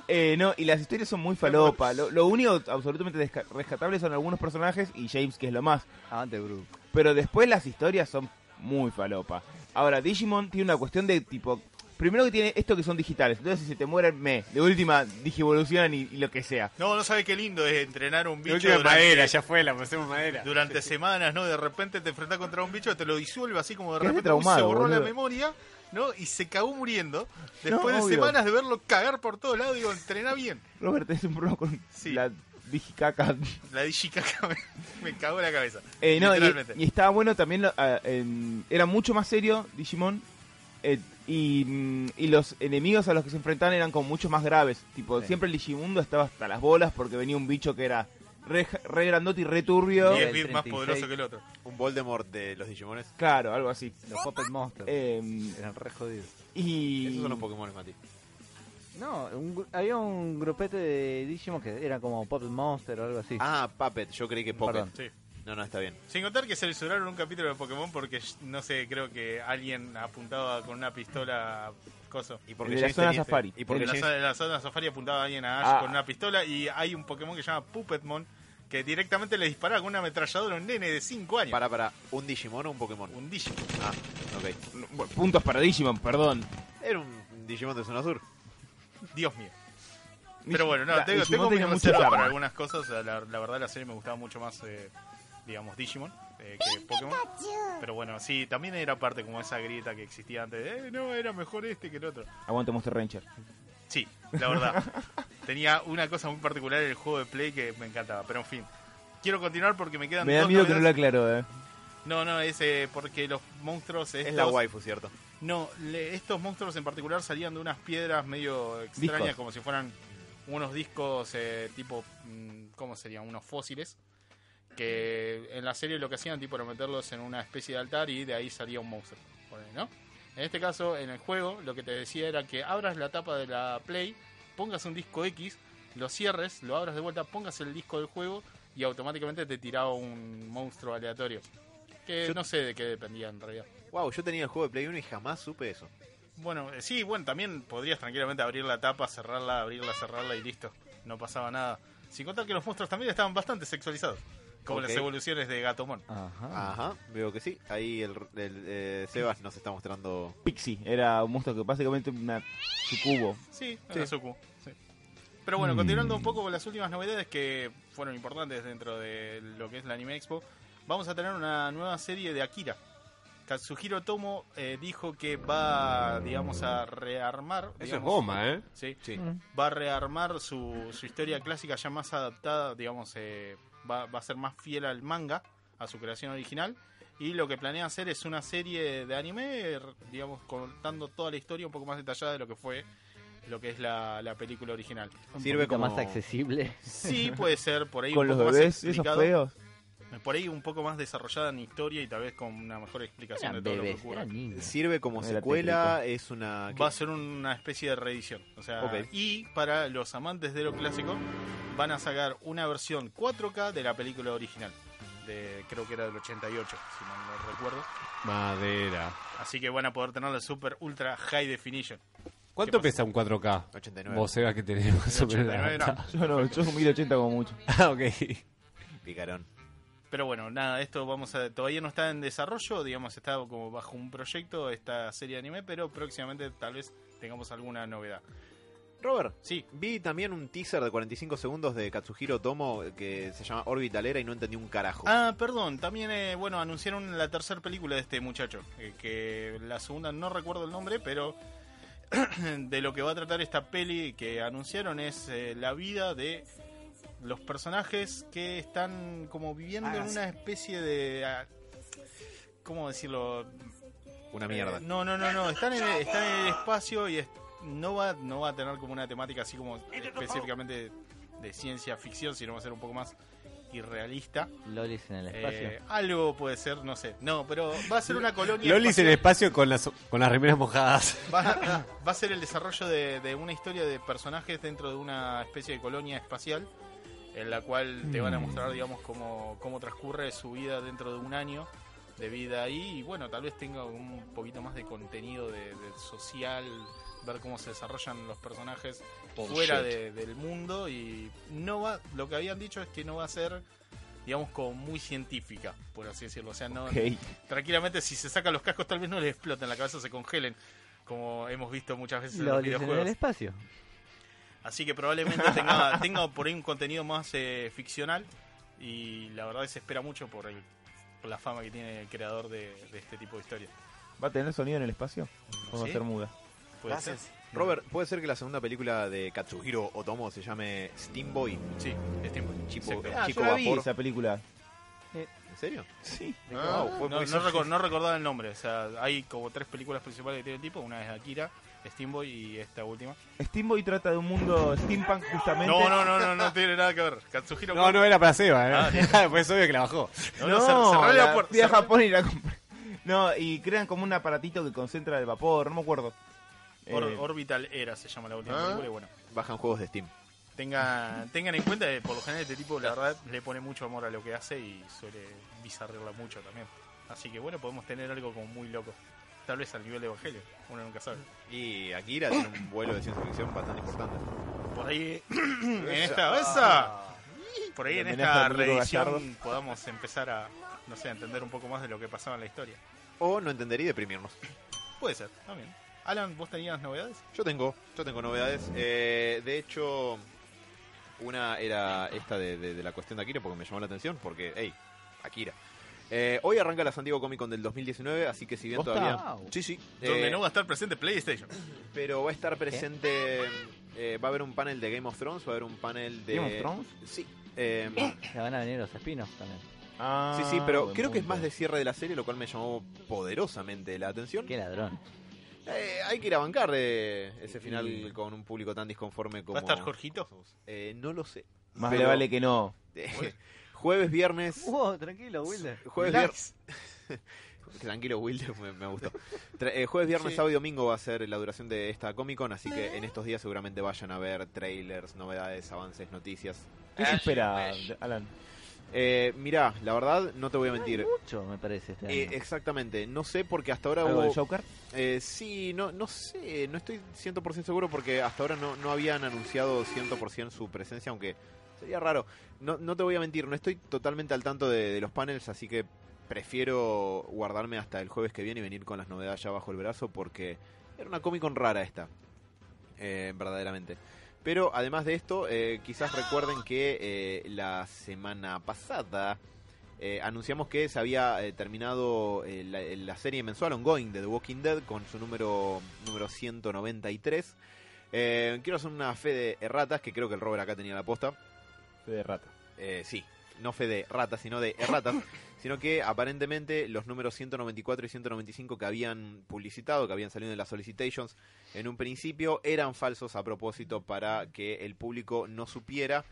E: eh, no, y las historias son muy falopa. Lo, lo único absolutamente desca- rescatable son algunos personajes y James, que es lo más.
C: Avante, Gru.
E: Pero después las historias son muy falopa. Ahora, Digimon tiene una cuestión de tipo. Primero que tiene esto que son digitales. Entonces, si se te mueren, me. De última, digivolucionan y, y lo que sea.
A: No, no sabe qué lindo es entrenar a un
D: La
A: bicho
D: última es
A: durante-
D: madera, ya fue, la pusimos madera.
A: durante semanas, ¿no? De repente te enfrentas contra un bicho, te lo disuelve así como de
E: Quedaste
A: repente se
E: traumado,
A: borró la
E: boludo.
A: memoria, ¿no? Y se cagó muriendo. Después
E: obvio.
A: de semanas de verlo cagar por todos lados, digo, entrená bien.
E: Robert, es un problema con
A: Sí.
E: la digicaca.
A: La digicaca me- me cagó la cabeza.
E: Eh, no, y,
A: literalmente.
E: y estaba bueno también. lo- ah, en- era mucho más serio Digimon. eh, y, mm, y los enemigos a los que se enfrentaban eran como mucho más graves. Tipo,
C: Sí.
E: siempre el Digimundo estaba hasta las bolas porque venía un bicho que era re, re grandote y re turbio.
A: Y
C: Bien.
A: es Beat más
C: 36.
A: poderoso que el otro.
B: Un Voldemort de los Digimones.
E: Claro, algo así.
C: Los Puppet Monsters.
E: Eh,
C: Eran re jodidos.
E: y...
B: Esos son los Pokémon, Mati.
C: No, un gru- había un grupete de Digimon que era como Puppet Monster o algo así.
B: Ah, Puppet. Yo creí que Pocket.
C: Perdón.
A: Sí.
B: No, no, está bien.
A: Sin contar que censuraron un capítulo de Pokémon porque, no sé, creo que alguien apuntaba con una pistola a coso.
B: Y
E: El de la
B: James
E: zona
B: tenía-
E: Safari.
A: Porque
B: Y porque
A: en la,
B: James-
A: zona- en la zona safari apuntaba a alguien a Ash
E: Ah.
A: con una pistola y hay un Pokémon que se llama Puppetmon que directamente le dispara con una ametralladora a un nene de 5 años.
B: Para, para. ¿Un Digimon o un Pokémon?
A: Un Digimon.
B: Ah, ok.
E: Bueno, Puntos para Digimon, perdón.
B: Era un Digimon de zona sur.
A: Dios mío. Pero bueno, no,
E: La-
A: tengo, tengo
E: Digimon
A: mis
E: tenía mucho
A: reservas
E: charme.
A: para algunas cosas. La, la verdad, la serie me gustaba mucho más, eh, digamos, Digimon eh, que Pokémon. Pero bueno, sí, también era parte como esa grieta que existía antes. de, Eh, no, era mejor este que el otro.
E: Aguante Monster Ranger.
A: Sí, la verdad. Tenía una cosa muy particular en el juego de Play que me encantaba. Pero en fin, quiero continuar porque me quedan
E: Me da
A: dos
E: miedo que no lo
A: novedades.
E: aclaró, eh.
A: No, no, es eh, porque los monstruos...
B: Es
A: estos-
B: la waifu, ¿cierto?
A: No, le- estos monstruos en particular salían de unas piedras medio extrañas,
E: Discos.
A: como si fueran unos discos eh, tipo, mm, ¿cómo serían? Unos fósiles. Que en la serie lo que hacían tipo era meterlos en una especie de altar y de ahí salía un monstruo. ponele, ¿no? En este caso, en el juego, lo que te decía era que abras la tapa de la Play, pongas un disco X, lo cierres, lo abras de vuelta, pongas el disco del juego y automáticamente te tiraba un monstruo aleatorio. Que
B: Yo-
A: no sé de qué dependía en realidad.
B: Wow, yo tenía el juego de Play 1 y jamás supe eso.
A: Bueno, eh, sí, bueno, también podrías tranquilamente abrir la tapa, cerrarla, abrirla, cerrarla y listo. No pasaba nada. Sin contar que los monstruos también estaban bastante sexualizados. Como
B: Ok.
A: las evoluciones de Gatomon.
E: Ah,
C: Ajá.
B: Ajá, veo que sí. Ahí el, el, eh, Sebas nos está mostrando.
E: Pixie era un monstruo que básicamente una sucubo.
A: Sí,
B: Sí.
A: era Suku, sí. Pero bueno, continuando
E: Mm.
A: un poco con las últimas novedades que fueron importantes dentro de lo que es la Anime Expo, vamos a tener una nueva serie de Akira. Katsuhiro Tomo eh, dijo que va, digamos, a rearmar.
D: Eso es
A: digamos,
D: bomba, ¿eh?
A: Sí.
B: Sí.
A: va a rearmar su, su historia clásica ya más adaptada, digamos, eh, va, va a ser más fiel al manga, a su creación original. Y lo que planea hacer es una serie de anime, r- digamos, contando toda la historia un poco más detallada de lo que fue lo que es la, la película original.
C: Un
B: Sirve
C: poquito
B: como-
C: más accesible.
A: Sí, puede ser, por ahí
E: Con
A: un
E: los
A: poco
E: bebés,
A: más
E: esos
A: explicado,
E: feos.
A: por ahí un poco más desarrollada en historia y tal vez con una mejor explicación
C: Eran
A: de todo lo
C: bebés,
A: que ocurre.
C: eran niños.
B: Sirve como
E: Era
B: secuela, es una.
A: va a ser una especie de reedición. O sea,
B: Ok.
A: y para los amantes de lo clásico, van a sacar una versión 4K de la película original. De, creo que era del 88, si mal no recuerdo.
D: Madera.
A: Así que van a poder tener la super ultra high definition.
D: ¿Cuánto
A: ¿Qué
D: pesa un 4K?
B: 89.
D: Vos, Sebas, que tenés más o menos la
A: 89
D: data.
A: gramos.
E: Yo no, yo un 1080 como mucho.
D: Ah, ok.
B: Picarón.
A: Pero bueno, nada, esto vamos a. Todavía no está en desarrollo, digamos, está como bajo un proyecto esta serie de anime, pero próximamente tal vez tengamos alguna novedad.
B: Robert,
A: Sí.
B: vi también un teaser de 45 segundos de Katsuhiro Tomo que se llama Orbitalera y no entendí un carajo.
A: Ah, perdón, también, eh, bueno, anunciaron la tercera película de este muchacho, eh, que la segunda no recuerdo el nombre, pero de lo que va a tratar esta peli que anunciaron es eh, la vida de los personajes que están como viviendo en una especie de... ah, ¿Cómo decirlo?
B: Una mierda.
A: Eh, no, no, no, no. Están en, están en el espacio y es- no, va, no va a tener como una temática así como específicamente de ciencia ficción, sino va a ser un poco más irrealista.
C: Lolis en el espacio.
A: Eh, algo puede ser, no sé. No, pero va a ser una colonia.
D: Loli en el
A: espacial.
D: espacio con las, con las remeras mojadas.
A: Va, va a ser el desarrollo de, de una historia de personajes dentro de una especie de colonia espacial. En la cual te van a mostrar, digamos, cómo, cómo transcurre su vida dentro de un año de vida ahí. Y bueno, tal vez tenga un poquito más de contenido de, de social, ver cómo se desarrollan los personajes fuera de- del mundo. Y no va lo que habían dicho es que no va a ser, digamos, como muy científica, por así decirlo. O sea, no,
E: Ok.
A: tranquilamente si se sacan los cascos tal vez no les exploten la cabeza, se congelen, como hemos visto muchas veces en los
C: Lolis en el
A: videojuegos.
C: espacio.
A: Así que probablemente tenga, tenga por ahí un contenido más eh, ficcional y la verdad que se espera mucho por, el, por la fama que tiene el creador de, de este tipo de historias.
E: ¿Va a tener sonido en el espacio? ¿O va a
A: ¿Sí?
E: ser muda?
A: ¿Puede ser?
B: Robert, ¿puede ser que la segunda película de Katsuhiro Otomo se llame Steam Boy?
A: Sí, es tiempo.
B: Chipo-
A: Exacto.
B: Ah,
E: Chico
B: yo la vi,
E: vapor.
B: esa
E: esa película.
B: ¿En serio?
E: Sí.
A: Ah,
B: Wow, fue pues,
A: no,
B: muy
A: no
B: sucio.
A: recor- no recordaba el nombre, o sea, hay como tres películas principales que tiene el tipo, una es Akira, Steamboy y esta última.
E: Steamboy trata de un mundo steampunk justamente.
A: No, no, no, no, no tiene nada que ver. Katsuhiro
D: No, no era para Seba,
A: Ah,
D: ¿eh? pues obvio que la bajó.
A: No, no, cer- cerrale la puerta,
E: Fui a
A: cerrale-
E: Japón y la compré. No, y crean como un aparatito que concentra el vapor, no me acuerdo. Eh,
A: Or- Orbital Era se llama la última película y bueno,
B: Bajan juegos de Steam.
A: tenga, tengan en cuenta que por lo general este tipo la verdad le pone mucho amor a lo que hace y suele bizarrearla mucho también. Así que bueno, podemos tener algo como muy loco. Tal vez al nivel de Evangelio, uno nunca sabe.
B: Y Akira tiene un vuelo de ciencia ficción bastante importante.
A: Por ahí en esta esa, por ahí en
E: Homenaje
A: esta
E: a Rodrigo
A: reedición
E: Gallardo.
A: podamos empezar a no sé, a entender un poco más de lo que pasaba en la historia.
B: O no entendería y deprimirnos.
A: Puede ser, también. Alan, ¿vos tenías novedades?
B: Yo tengo, yo tengo novedades. Eh, de hecho, una era esta de, de- de la cuestión de Akira porque me llamó la atención, porque, hey, Akira. Eh, hoy arranca la Santiago Comic Con del 2019, así que si bien
E: ¿Posta?
B: todavía...
C: Wow.
B: Sí, sí.
A: Donde
B: eh,
A: no va a estar presente PlayStation.
B: Pero va a estar presente... eh, va a haber un panel de Game of Thrones, va a haber un panel de...
E: ¿Game of Thrones?
B: Sí. eh,
C: Se van a venir los espinos también.
E: Ah,
B: sí, sí, pero
E: buen
B: creo que es
E: punto.
B: más de cierre de la serie, lo cual me llamó poderosamente la atención.
C: Qué ladrón.
B: Eh, hay que ir a bancar eh, ese final con un público tan disconforme como...
A: ¿Va a estar Jorgito?
B: Eh, no lo sé.
E: Más
B: Pero-
E: le vale que no.
B: Eh, jueves, viernes.
C: Wow, tranquilo, Wilder.
B: Jueves,
C: Relax.
B: viernes. Tranquilo, Wilde, me, me gustó. Tra- eh, jueves, viernes, sábado y domingo va a ser la duración de esta Comic Con, así que en estos días seguramente vayan a ver trailers, novedades, avances, noticias.
E: ¿Qué se espera, Alan?
B: Eh, mirá, la verdad, no te voy a mentir.
C: Mucho, me parece. Este
B: Eh,
C: año.
B: exactamente, no sé porque hasta ahora
E: ¿Algo del
B: hubo...
E: Joker?
B: eh, sí, no, no sé, no estoy 100% seguro porque hasta ahora no, no habían anunciado 100% su presencia, aunque sería raro. No, no te voy a mentir, no estoy totalmente al tanto de, de los panels, así que prefiero guardarme hasta el jueves que viene y venir con las novedades ya bajo el brazo porque era una Comic Con rara esta, eh, verdaderamente. Pero además de esto, eh, quizás recuerden que eh, la semana pasada eh, anunciamos que se había eh, terminado eh, la, la serie mensual ongoing de The Walking Dead con su número, número 193. Eh, quiero hacer una fe de erratas, que creo que el Robert acá tenía la posta.
E: Fe de rata.
B: Eh, sí, no fe de ratas, sino de erratas, sino que aparentemente los números 194 y 195 que habían publicitado, que habían salido en las solicitations en un principio, eran falsos a propósito para que el público no supiera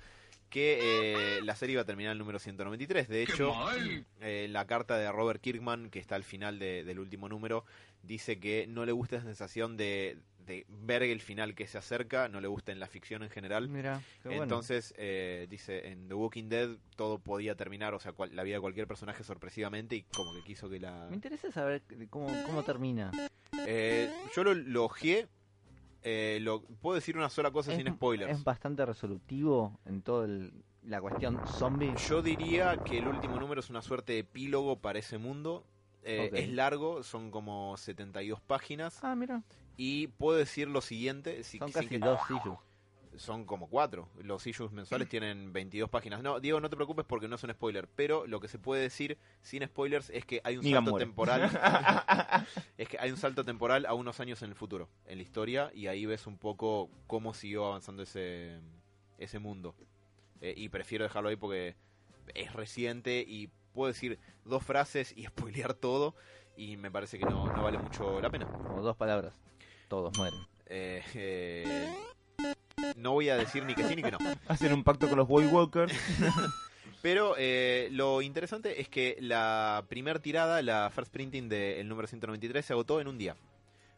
B: que eh, la serie iba a terminar en el número 193. De hecho, eh, la carta de Robert Kirkman, que está al final de- del último número, dice que no le gusta esa sensación de, de ver el final que se acerca, no le gusta en la ficción en general.
C: Mira, qué bueno.
B: Entonces, eh, dice, en The Walking Dead todo podía terminar, o sea, cual- la vida de cualquier personaje sorpresivamente y como que quiso que la...
C: Me interesa saber c- cómo, cómo termina.
B: Eh, yo lo, lo ojeé, eh, lo, puedo decir una sola cosa sin spoilers.
C: es bastante resolutivo en todo el- la cuestión zombie.
B: Yo diría que el último número es una suerte de epílogo para ese mundo. Eh,
C: Ok.
B: Es largo, son como 72 páginas.
C: Ah, mira.
B: Y puedo decir lo siguiente. si-
C: Son
B: sin
C: casi
B: que-
C: dos issues.
B: Son como cuatro. Los issues mensuales tienen 22 páginas. No, Diego, no te preocupes porque no es un spoiler. Pero lo que se puede decir sin spoilers es que hay un
E: Negan
B: salto
E: muere.
B: temporal. es que hay un salto temporal a unos años en el futuro, en la historia. Y ahí ves un poco cómo siguió avanzando ese, ese mundo. Eh, y prefiero dejarlo ahí porque es reciente y puedo decir dos frases y spoilear todo. Y me parece que no, no vale mucho la pena.
C: Como dos palabras. Todos mueren.
B: Eh, eh, no voy a decir ni que sí ni que no.
E: Hacen un pacto con los White Walkers.
B: Pero eh, lo interesante es que la primera tirada, la first printing del número 193, se agotó en un día.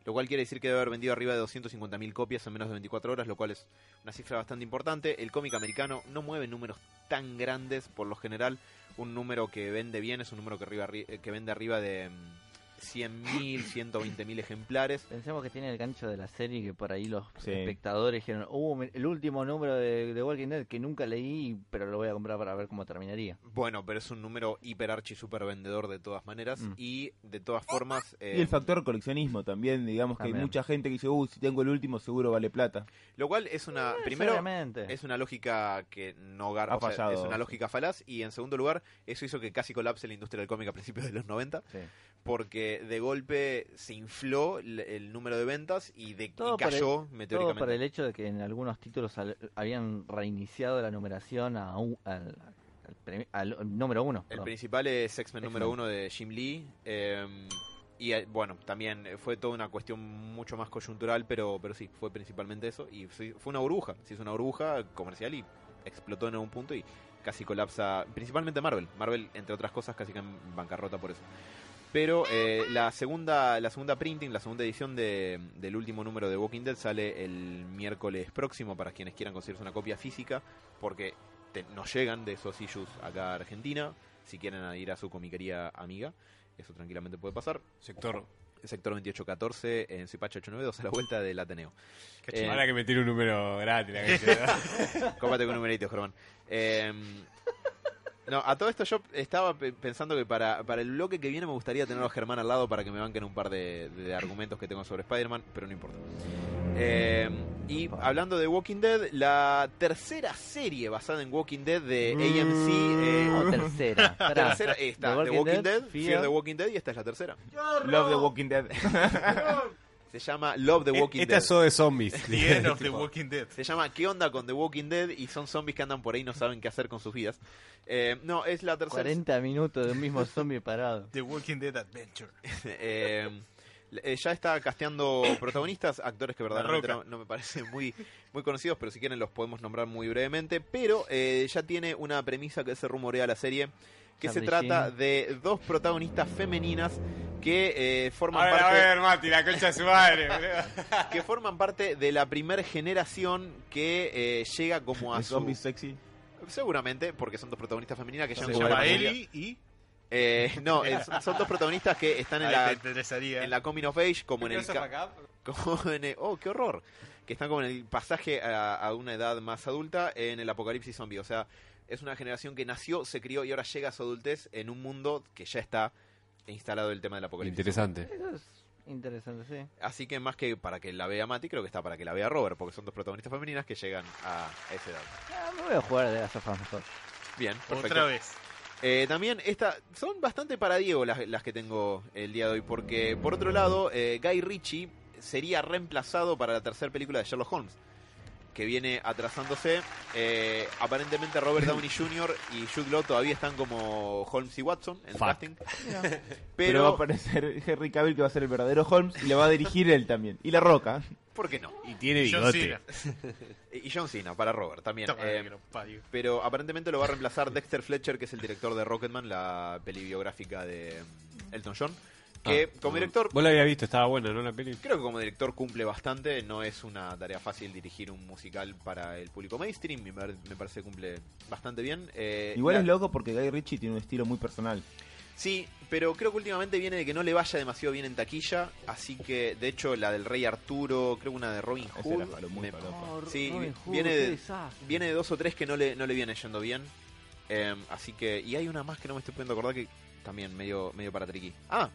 B: Lo cual quiere decir que debe haber vendido arriba de 250.000 copias en menos de 24 horas, lo cual es una cifra bastante importante. El cómic americano no mueve números tan grandes, por lo general. Un número que vende bien es un número que, arriba, arri- eh, que vende arriba de mm, 100.000, 120.000 ejemplares.
C: Pensemos que tiene el gancho de la serie que por ahí los
E: Sí.
C: espectadores dijeron, uh, me- el último número de, de Walking Dead que nunca leí, pero lo voy a comprar para ver cómo terminaría.
B: Bueno, pero es un número hiper archi super vendedor de todas maneras.
C: Mm.
B: Y de todas formas.
E: Y el
B: em,
E: factor coleccionismo también, digamos que hay
C: También.
E: mucha gente que dice, uh, si tengo el último seguro vale plata.
B: Lo cual es una. Ah, primero,
C: Seguramente.
B: es una lógica que no garpa.
E: Ha
B: o sea,
E: fallado,
B: es una
E: sí.
B: lógica falaz. Y en segundo lugar, eso hizo que casi colapse la industria del cómic a principios de los 90.
C: Sí.
B: Porque de golpe se infló el, el número de ventas y, de, y
C: Todo por
B: cayó
C: Todo por
B: meteóricamente.
C: el hecho de que en algunos títulos al- habían reiniciado la numeración a un- al, al premi- al- al número uno.
B: El
C: perdón.
B: principal es X-Men número
C: X-Men.
B: uno de Jim Lee. eh, y eh, bueno, también eh, fue toda una cuestión mucho más coyuntural, pero, pero sí, fue principalmente eso. Y sí, fue una burbuja, se hizo una burbuja comercial y explotó en algún punto y casi colapsa, principalmente Marvel. Marvel, entre otras cosas, casi que en bancarrota por eso. Pero eh, la segunda la segunda printing, la segunda edición de- del último número de Walking Dead sale el miércoles próximo para quienes quieran conseguirse una copia física, porque te- nos llegan de esos issues acá a Argentina. Si quieren ir a su comiquería amiga, eso tranquilamente puede pasar.
D: Sector.
B: Sector 2814 en Cipacha 892 a la vuelta del Ateneo.
A: Qué
B: Eh,
D: Ahora que me tire un número gratis. la gente, ¿verdad?
B: Cópate con numeritos, Germán. Eh, no, a todo esto yo estaba pe- pensando que para, para el bloque que viene me gustaría tener a Germán al lado para que me banquen un par de, de argumentos que tengo sobre Spider-Man, pero no importa. Eh, y hablando de Walking Dead, la tercera serie basada en Walking Dead de AMC. eh,
C: Mm. No, tercera. pará.
B: tercera, esta,
C: The
B: The Walking, Dead, Fear,
C: Fear.
B: The Walking Dead y esta es la tercera.
E: Love the Walking Dead.
B: Se llama Love the Walking
D: Eh, E- Esta
B: Dead.
D: es O de zombies.
A: The End of the
D: Tipo,
A: Walking Dead.
B: Se llama ¿Qué onda con The Walking Dead? Y son zombies que andan por ahí y no saben qué hacer con sus vidas. Eh, no, es la tercera.
C: 40 minutos de un mismo zombie parado.
A: The Walking Dead Adventure.
B: Eh, eh, ya está casteando protagonistas, actores que verdaderamente
A: La
B: no,
A: Roca.
B: no me parecen muy, muy conocidos, pero si quieren los podemos nombrar muy brevemente. Pero eh, ya tiene una premisa que se rumorea la serie, que se
C: Charlie
B: trata
C: Sheen.
B: de dos protagonistas femeninas que eh, forman
D: Ahora a
B: parte...
D: ver, Mati, la concha de su madre, boludo.
B: que forman parte de la primer generación que eh, llega como a
E: El zombie
B: su...
E: sexy.
B: Seguramente, porque son dos protagonistas femeninas que ya
A: Se
B: no llegan
A: llama
B: a la mayoría.
A: Ellie y.
B: Eh, no, eh, son- son dos protagonistas que están en
A: Ahí te
B: la,
A: interesaría.
B: en la Coming of Age, como en el...
D: Joseph
B: ca-
D: acá?
B: como en el- oh, qué horror. Que están como en el pasaje a, a una edad más adulta en el apocalipsis zombie. O sea, es una generación que nació, se crió y ahora llega a su adultez en un mundo que ya está instalado el tema del apocalipsis.
D: Interesante.
C: Eso es interesante, sí.
B: Así que más que para que la vea Mati, creo que está para que la vea Robert, porque son dos protagonistas femeninas que llegan a esa edad.
C: Ah, me voy a jugar de las afas mejor.
B: Bien,
A: Otra
B: perfecto.
A: vez.
B: Eh, también esta, son bastante para Diego las, las que tengo el día de hoy, porque por otro lado, eh, Guy Ritchie sería reemplazado para la tercera película de Sherlock Holmes, que viene atrasándose. Eh, aparentemente Robert Downey Jr. y Jude Law todavía están como Holmes y Watson en el
D: Fuck.
B: casting.
E: Pero... va a
B: Pero,
E: aparecer Henry Cavill que va a ser el verdadero Holmes y le va a dirigir él también. Y La Roca.
B: ¿por qué no?
D: Y tiene
A: John
D: bigote.
A: Cena.
B: Y John Cena para Robert también.
A: Toma,
B: Eh,
A: que lo parió.
B: pero aparentemente lo va a reemplazar Dexter Fletcher, que es el director de Rocketman, la peli biográfica de mm, Elton John, que
D: Ah,
B: como
D: no.
B: director
D: Vos la habías visto, estaba buena, ¿no? La peli.
B: Creo que como director cumple bastante, no es una tarea fácil dirigir un musical para el público mainstream, me, par- me parece que cumple bastante bien. Eh,
E: Igual
B: la-
E: es loco porque Guy Ritchie tiene un estilo muy personal.
B: Sí, pero creo que últimamente viene de que no le vaya demasiado bien en taquilla, así que de hecho la del Rey Arturo, creo que una de Robin
E: Esa era
B: Hood,
E: falopa,
B: me-
E: falopa.
B: Sí,
C: Robin Hood,
B: viene
C: qué
B: de-
C: desastre.
B: viene de dos o tres que no le, no le viene yendo bien. Eh, así que, y hay una más que no me estoy pudiendo acordar que también medio, medio para triqui. Ah,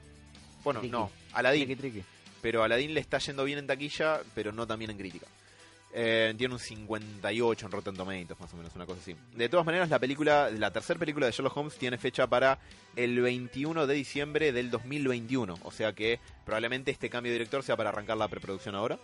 B: bueno,
C: Triqui.
B: no, Aladdin.
C: Triqui, triqui.
B: pero Aladdin le está yendo bien en taquilla, pero no también en crítica. Eh, tiene un 58 en Rotten Tomatoes, más o menos, una cosa así. De todas maneras, la película, la tercera película de Sherlock Holmes tiene fecha para el 21 de diciembre del 2021. O sea que probablemente este cambio de director sea para arrancar la preproducción ahora.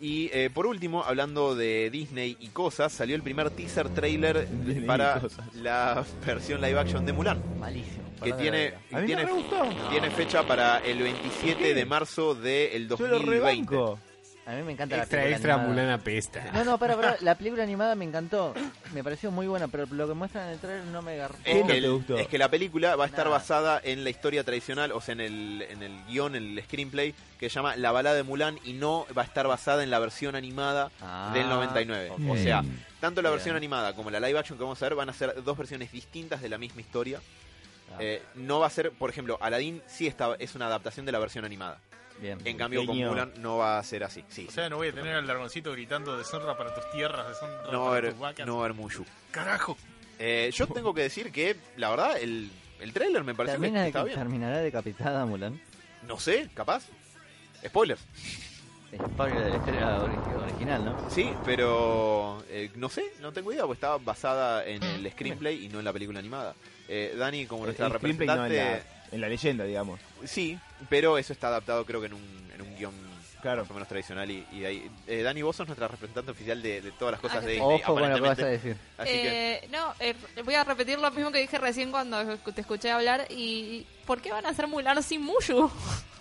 B: Y eh, por último, hablando de Disney y cosas, salió el primer teaser trailer
E: Disney y
B: para
E: cosas.
B: la versión live action de Mulan
C: Malísimo.
B: que
C: perdón,
B: tiene,
C: la
E: A mí
B: tiene,
E: me re gustó.
B: tiene fecha para el 27 de marzo del
E: Yo lo
B: 2020.
E: rebanco.
C: verdad. A mí me encanta
D: Extra,
C: la película
D: extra,
C: animada.
D: Mulana pesta.
C: No, no, para, para. La película animada me encantó. Me pareció muy buena, pero lo que muestran en el trailer no me agarró.
B: Es
E: ¿Cómo
B: que,
E: te
B: el-
E: gustó?
B: es que la película va a estar
C: Nada.
B: basada en la historia tradicional, o sea, en el, en el guión, en el screenplay, que se llama La balada de Mulan, y no va a estar basada en la versión animada
C: Ah,
B: del 99. O
C: ok.
B: sea, tanto la
C: Bien.
B: versión animada como la live action que vamos a ver van a ser dos versiones distintas de la misma historia.
C: Ah,
B: Eh, no va a ser, por ejemplo, Aladdin sí está, es una adaptación de la versión animada.
C: bien.
B: En cambio, con
E: Genio.
B: Mulan no va a ser así. Sí,
A: O sea, no voy a tener al dragoncito gritando deshonra para tus tierras, deshonra
B: no va a
A: para
B: haber,
A: tus vacas.
B: no va a haber Mushu.
A: Carajo.
B: Eh, yo tengo que decir que, la verdad, el, el trailer me pareció
C: Termina
B: que
C: de,
B: está bien.
C: terminará decapitada Mulan.
B: No sé, capaz. Spoilers.
C: Spoiler de la historia ori- original, ¿no?
B: Sí, pero eh, no sé, no tengo idea, porque estaba basada en el screenplay y no en la película animada. Eh, Dani, como
E: El-
B: nuestra
E: el screenplay no, en,
B: representante,
E: la, en la leyenda, digamos.
B: sí, pero eso está adaptado creo que en un, en un guión
E: Claro.
B: más o menos tradicional y, y de ahí. Eh, Dani, vos sos nuestra representante oficial de, de todas las cosas
F: Ah,
B: de
F: sí.
B: Disney,
C: Ojo con lo que vas a
B: aparentemente.
C: decir.
B: Así que
F: Eh, No, eh, voy a repetir lo mismo que dije recién cuando escu- te escuché hablar. ¿Y por qué van a hacer Mulan sin Mushu?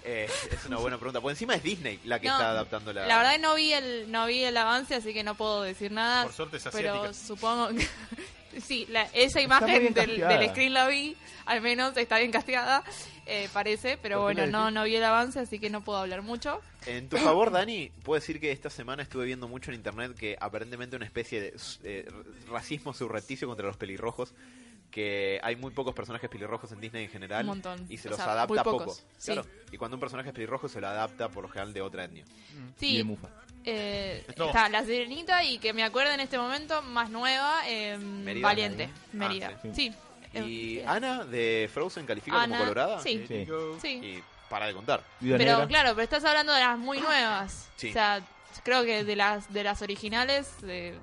B: eh, es una buena pregunta. Por encima es Disney la que
F: No,
B: está adaptando la...
F: La verdad que no vi el no vi el avance, así que no puedo decir nada.
A: Por suerte es asiática.
F: Ah, pero supongo que sí, la- esa
E: muy
F: imagen
E: bien
F: del,
E: casteada.
F: del screen la vi, al menos está bien castigada, eh, parece, pero
E: ¿Por qué
F: bueno,
E: la
F: no
E: decís?
F: no vi el avance, así que no puedo hablar mucho.
B: En tu favor, Dani, puedo decir que esta semana estuve viendo mucho en internet que aparentemente una especie de eh, racismo subrepticio contra los pelirrojos, que hay muy pocos personajes pelirrojos en Disney en general
F: Un montón.
B: y se
F: O
B: los
F: sea,
B: adapta
F: muy
B: poco.
F: pocos, sí.
B: Claro. Y cuando un personaje es pelirrojo se lo adapta por lo general de otra etnia.
E: Y de
F: Sí,
E: Mufa.
F: eh,
A: No.
F: está La Sirenita y que me acuerdo en este momento más nueva, eh,
B: Mérida,
F: Valiente,
B: Mérida.
F: Mérida.
B: Ah,
E: sí.
F: sí.
B: Y ah,
F: Eh,
B: Ana de Frozen califica
F: Ana,
B: como colorada.
F: Sí.
E: Sí.
F: sí.
B: Y para de contar.
E: Viuda
F: pero
E: Negra.
F: claro, pero estás hablando de las muy nuevas.
B: Sí.
F: O sea, creo que de las de las originales, de-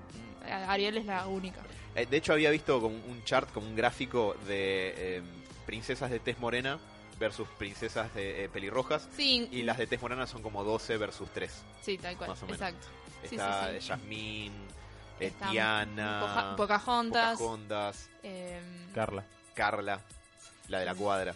F: Ariel es la única.
B: Eh, de hecho, había visto como un chart, como un gráfico de eh, princesas de tez morena versus princesas de eh, pelirrojas.
F: Sí,
B: Y las de tez morena son como 12 versus 3.
F: sí, tal cual,
B: más o menos.
F: exacto. Sí,
B: Está
F: sí, sí.
B: Jasmine, eh,
F: Está
B: Tiana,
F: Poca- Pocahontas,
B: Pocahontas,
F: em,
E: Carla.
B: Carla, la de la cuadra.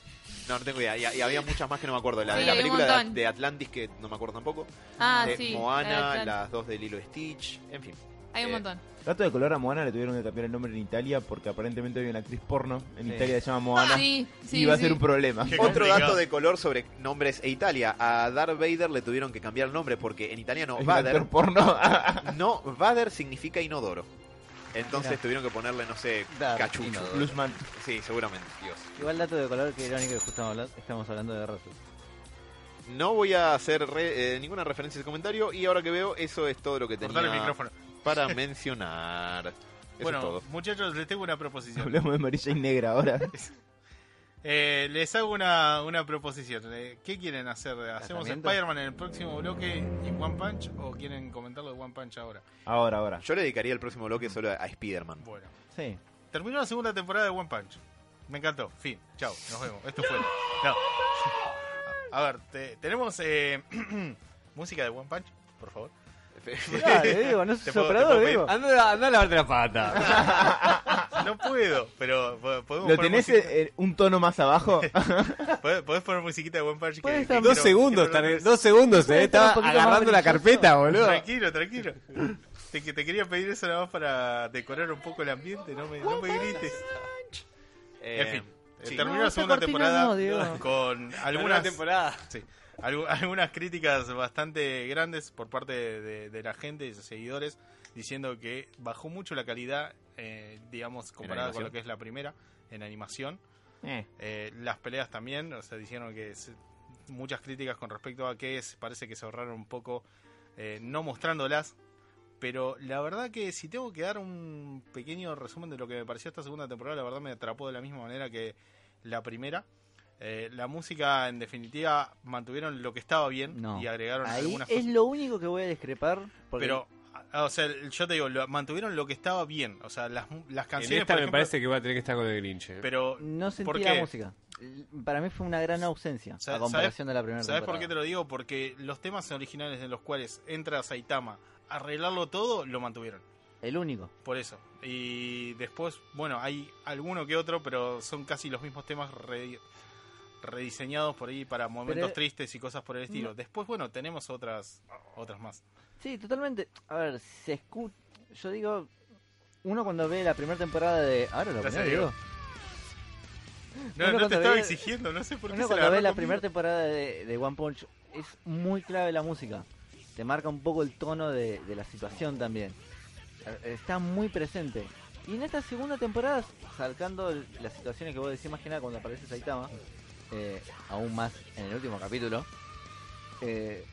B: No, no tengo idea. Y, y había muchas más que no me acuerdo. La de
F: Sí,
B: la
F: hay un
B: película de-
F: montón.
B: de Atlantis, que no me acuerdo tampoco.
F: ah,
B: de
F: sí,
B: Moana,
F: eh,
B: las dos de Lilo y Stitch, en fin.
F: hay un
B: eh,
F: montón.
E: Dato de color a Moana le tuvieron que cambiar el nombre en Italia porque aparentemente había una actriz porno en
B: Sí.
E: Italia que se llama Moana.
F: sí, sí,
E: y va a
F: sí.
E: ser un problema.
A: Qué
B: Otro
A: complicado.
B: dato de color sobre nombres e Italia. A Darth Vader le tuvieron que cambiar el nombre porque en italiano
E: Hay un
B: Vader,
E: actor porno.
B: no, Vader significa inodoro. Entonces
C: Mirá.
B: tuvieron que ponerle, no sé,
C: Darth
B: cachucho.
C: inodoro.
E: Bluesman.
B: Sí, seguramente, Dios.
C: Igual dato de color que irónico que justo estamos hablando, estamos hablando de razas.
B: No voy a hacer re- eh, ninguna referencia al comentario y ahora que veo, eso es todo lo que tenía
A: Cortar el micrófono.
B: para mencionar. Eso es
A: Bueno,
B: todo.
A: muchachos, les tengo una proposición.
E: Hablamos de amarilla y negra ahora.
A: Eh, les hago una, una proposición. Eh, ¿Qué quieren hacer? ¿Hacemos
C: ¿Casamiento?
A: Spider-Man en el próximo bloque y One Punch o quieren comentarlo de One Punch ahora?
E: Ahora, ahora.
B: Yo le dedicaría el próximo bloque solo a, a Spider-Man.
A: Bueno.
C: Sí.
A: Terminó la segunda temporada de One Punch. Me encantó. Fin. Chao. Nos vemos. Esto fue. No. A ver, te- tenemos eh, música de One Punch, por favor.
C: Dale, Diego, no
A: Te
C: sos
A: puedo- te
C: operador,
A: puedo
C: Diego.
D: Anda, anda a lavarte la pata.
A: No puedo, pero po- podemos
E: ¿Lo
A: poner
E: tenés
A: musiquita-
E: eh, un tono más abajo?
A: podés- podés poner musiquita de One Punch. que-
C: Puedes
A: que
C: también-
D: dos
A: quiero-
D: segundos,
A: quiero-
D: tar- dos segundos, eh.
C: Puede estar un
D: Estaba
C: poquito más
D: agarrando la
C: brilloso.
D: carpeta, boludo.
A: Tranquilo, tranquilo. Te, que te quería pedir eso nada más para decorar un poco el ambiente, no me, no me grites.
B: Eh,
A: En fin,
B: sí.
A: terminó
C: No,
A: la
C: esta
A: segunda
C: cortina
A: temporada
C: no, Diego.
A: con
D: Alguna
A: algunas,
D: temporada.
A: sí, algu- algunas críticas bastante grandes por parte de, de la gente, de sus seguidores, diciendo que bajó mucho la calidad, eh, digamos, comparada con
B: animación?
A: lo que es la primera en animación.
E: Eh,
A: Eh, las peleas también, o sea, dijeron que se- muchas críticas con respecto a que es, parece que se ahorraron un poco eh, no mostrándolas. Pero la verdad que si tengo que dar un pequeño resumen de lo que me pareció esta segunda temporada, la verdad me atrapó de la misma manera que la primera. Eh, la música, en definitiva, mantuvieron lo que estaba bien
C: No.
A: y agregaron
C: Ahí
A: algunas
C: es
A: cosas.
C: lo único que voy a discrepar. Porque
A: Pero, a- o sea, yo te digo, lo- mantuvieron lo que estaba bien. O sea, las, mu- las canciones.
D: en esta
A: por
D: me
A: ejemplo,
D: parece que voy a tener que estar con el Grinch. eh.
A: Pero
C: no
A: ¿Por
C: sentí la
A: qué?
C: música. L- Para mí fue una gran ausencia
A: Sa-
C: a comparación de la primera
A: ¿Sabes por
C: temporada.
A: qué te lo digo? Porque los temas originales en los cuales entra Saitama a arreglarlo todo, lo mantuvieron.
C: El único.
A: Por eso. Y después, bueno, hay alguno que otro, pero son casi los mismos temas re- rediseñados por ahí para momentos
C: Pero-
A: tristes y cosas por el estilo.
C: No.
A: Después, bueno, tenemos otras otras más.
C: Sí, totalmente. A ver, se escucha. Yo digo, uno cuando ve la primera temporada de. Ahora lo
A: Gracias
C: primero
A: a
C: que
A: Dios. No,
C: digo. Uno
A: no te
C: cuando
A: estaba
C: ve-
A: exigiendo, no sé por qué
C: Uno
A: se
C: cuando
A: agarró
C: ve la
A: conmigo.
C: primera temporada de, de One Punch es muy clave la música. Te marca un poco el tono de, de la situación también. Eh, Está muy presente. Y en esta segunda temporada, salcando el- las situaciones que vos decís más que nada cuando aparece Saitama, eh, aún más en el último capítulo, eh,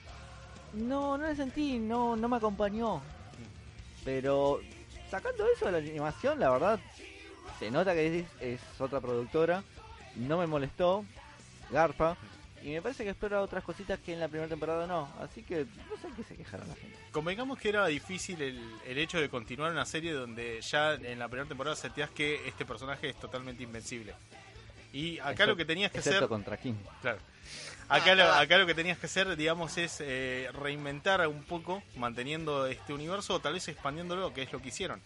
C: no, no la sentí, no, no me acompañó. Pero sacando eso de la animación, la verdad, se nota que es, es otra productora. No me molestó, garpa. Y me parece que espera otras cositas que en la primera temporada no. Así que no sé en qué se quejará la gente.
A: Convengamos que era difícil el, el hecho de continuar una serie donde ya en la primera temporada sentías que este personaje es totalmente invencible. Y acá
C: Excepto-
A: lo que tenías que
C: Excepto
A: hacer.
C: contra King.
A: Claro. Acá, lo, acá lo que tenías que hacer, digamos, es eh, reinventar un poco, manteniendo este universo o tal vez expandiéndolo, que es lo que hicieron.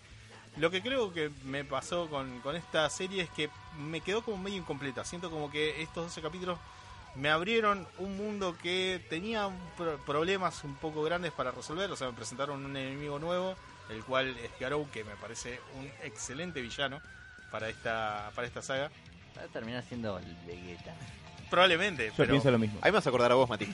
A: Lo que creo que me pasó con, con esta serie es que me quedó como medio incompleta. Siento como que estos 12 capítulos me abrieron un mundo que tenía un pro- problemas un poco grandes para resolver. O sea, me presentaron un enemigo nuevo, el cual es Garou, que me parece un excelente villano para esta, para esta saga.
C: Va a terminar siendo el Vegeta.
A: Probablemente,
E: Yo
A: pero...
E: pienso lo mismo.
B: Ahí me vas a acordar a vos, Mati.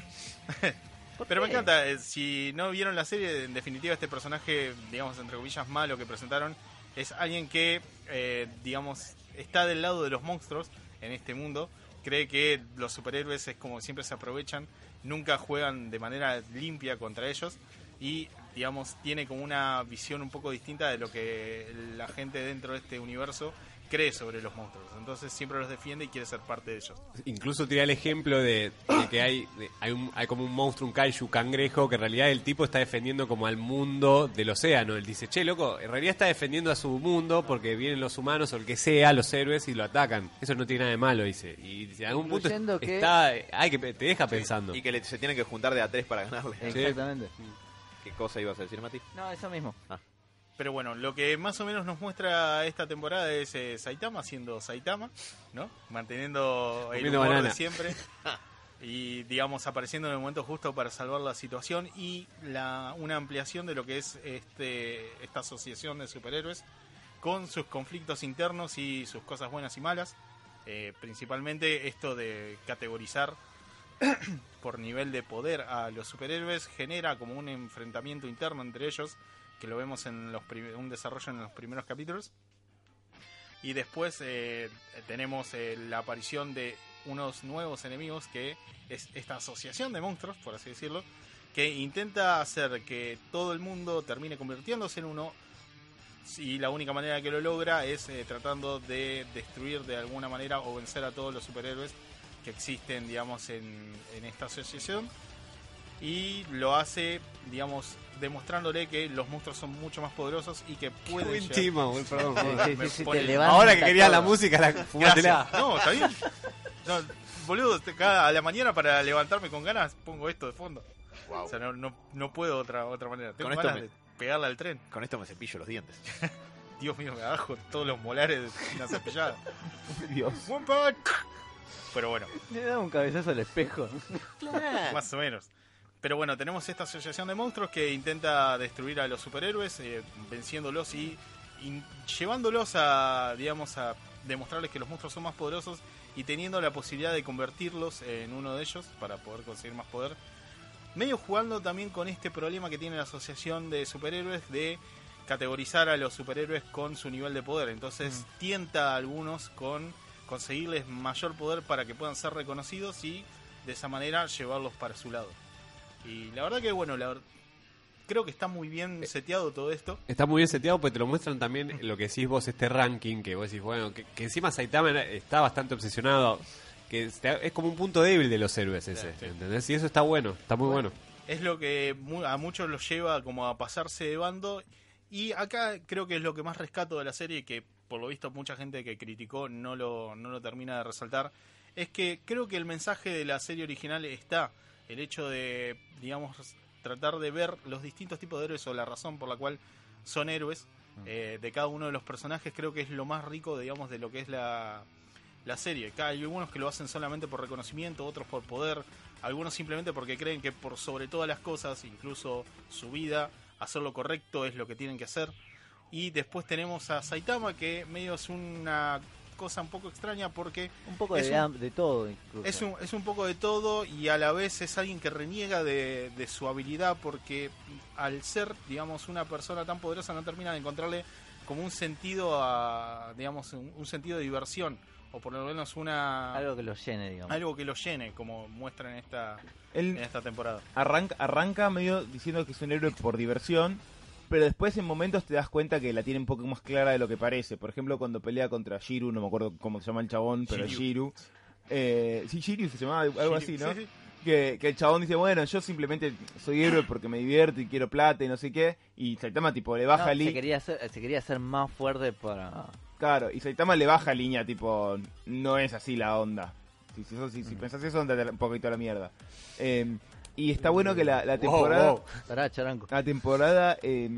C: ¿Por
A: Pero me
C: qué?
A: encanta, eh, si no vieron la serie, en definitiva este personaje, digamos, entre comillas, malo que presentaron, es alguien que, eh, digamos, está del lado de los monstruos en este mundo, cree que los superhéroes es como siempre se aprovechan, nunca juegan de manera limpia contra ellos y, digamos, tiene como una visión un poco distinta de lo que la gente dentro de este universo cree sobre los monstruos. Entonces siempre los defiende y quiere ser parte de ellos.
D: Incluso tiré el ejemplo de, de que hay, de- hay, un- hay como un monstruo, un kaiju cangrejo, que en realidad el tipo está defendiendo como al mundo del océano. Él dice, che, loco, en realidad está defendiendo a su mundo porque vienen los humanos o el que sea, los héroes, y lo atacan. Eso no tiene nada de malo, dice. Y dice, en algún punto
C: Incluyendo que-
D: está, hay que, te deja pensando.
B: Y que le- se tienen que juntar de a tres para ganarle.
C: Exactamente.
B: ¿Qué cosa ibas a decir, Mati?
C: No, eso mismo.
A: Pero bueno, lo que más o menos nos muestra esta temporada es eh, Saitama siendo Saitama, ¿no? Manteniendo el
D: Comiendo
A: humor
D: banana.
A: de siempre. Y digamos, apareciendo en el momento justo para salvar la situación y la, una ampliación de lo que es este, esta asociación de superhéroes con sus conflictos internos y sus cosas buenas y malas. Eh, principalmente esto de categorizar por nivel de poder a los superhéroes genera como un enfrentamiento interno entre ellos que lo vemos en los prim- un desarrollo en los primeros capítulos y después eh, tenemos eh, la aparición de unos nuevos enemigos que es esta asociación de monstruos por así decirlo que intenta hacer que todo el mundo termine convirtiéndose en uno y la única manera que lo logra es eh, tratando de destruir de alguna manera o vencer a todos los superhéroes que existen, digamos, en, en esta asociación. Y lo hace, digamos, demostrándole que los monstruos son mucho más poderosos y que
D: Qué buen
A: pueden llegar-
D: tema, boludo, perdón.
C: Sí, sí,
A: me
C: sí,
A: pone-
C: te levanta
D: Ahora que quería la
C: todo.
D: música, la
A: Gracias.
D: fumatela.
A: No, está bien. No, boludo, te- cada, a la mañana para levantarme con ganas pongo esto de fondo. O sea, no, no, no puedo otra otra manera. Tengo
B: Con esto
A: ganas
B: me-
A: de pegarle al tren.
B: Con esto me cepillo los dientes.
A: Dios mío, me abajo todos los molares de una cepillada.
E: Dios.
A: One punch. Pero bueno,
C: Le da un cabezazo al espejo.
A: más o menos. Pero bueno, tenemos esta asociación de monstruos que intenta destruir a los superhéroes, eh, venciéndolos y, y llevándolos a, digamos, a demostrarles que los monstruos son más poderosos y teniendo la posibilidad de convertirlos en uno de ellos para poder conseguir más poder. Medio jugando también con este problema que tiene la asociación de superhéroes de categorizar a los superhéroes con su nivel de poder. Entonces tienta a algunos con conseguirles mayor poder para que puedan ser reconocidos y de esa manera llevarlos para su lado. Y la verdad que bueno, la ver- creo que está muy bien seteado todo esto.
D: Está muy bien seteado porque te lo muestran también lo que decís vos, este ranking que vos decís, bueno, que, que encima Saitama era- está bastante obsesionado que es es como un punto débil de los héroes ese,
A: Sí.
D: ¿entendés? Y eso está bueno, está muy bueno.
A: Es lo que mu- a muchos los lleva como a pasarse de bando. Y acá creo que es lo que más rescato de la serie, y que por lo visto mucha gente que criticó no lo, no lo termina de resaltar, es que creo que el mensaje de la serie original está, el hecho de, digamos, tratar de ver los distintos tipos de héroes o la razón por la cual son héroes eh, de cada uno de los personajes, creo que es lo más rico, digamos, de lo que es la, la serie. Acá Hay algunos que lo hacen solamente por reconocimiento, otros por poder, algunos simplemente porque creen que por sobre todas las cosas, incluso su vida, hacer lo correcto es lo que tienen que hacer. Y después tenemos a Saitama, que medio es una cosa un poco extraña porque
C: Un poco de,
A: Es un-
C: am- de todo, incluso.
A: es un, es un poco de todo y a la vez es alguien que reniega de, de su habilidad porque al ser, digamos, una persona tan poderosa no termina de encontrarle como un sentido a, digamos, un, un sentido de diversión o por lo menos una
C: Algo que lo llene, digamos.
A: algo que lo llene como muestra en esta, en
E: Él
A: esta temporada.
E: arranca, arranca medio diciendo que es un héroe por diversión, pero después en momentos te das cuenta que la tiene un poco más clara de lo que parece. Por ejemplo, cuando pelea contra Shiru, no me acuerdo cómo se llama el chabón, pero
A: Shiryu.
E: Shiru. Eh, sí, Shiru se llamaba algo así, ¿no?
A: Sí, sí.
E: Que, que el chabón dice, bueno, yo simplemente soy héroe porque me divierto y quiero plata y no sé qué. Y Saitama tipo le baja
C: No,
E: línea.
C: se, quería hacer, se quería hacer más fuerte para...
E: Claro, y Saitama le baja línea, tipo, no es así la onda. Si, si, eso- si-
C: Mm.
E: si pensás eso, andate un poquito a la mierda. Eh, y está
C: Mm.
E: bueno que la, la temporada...
C: Pará, charanco.
E: La temporada eh,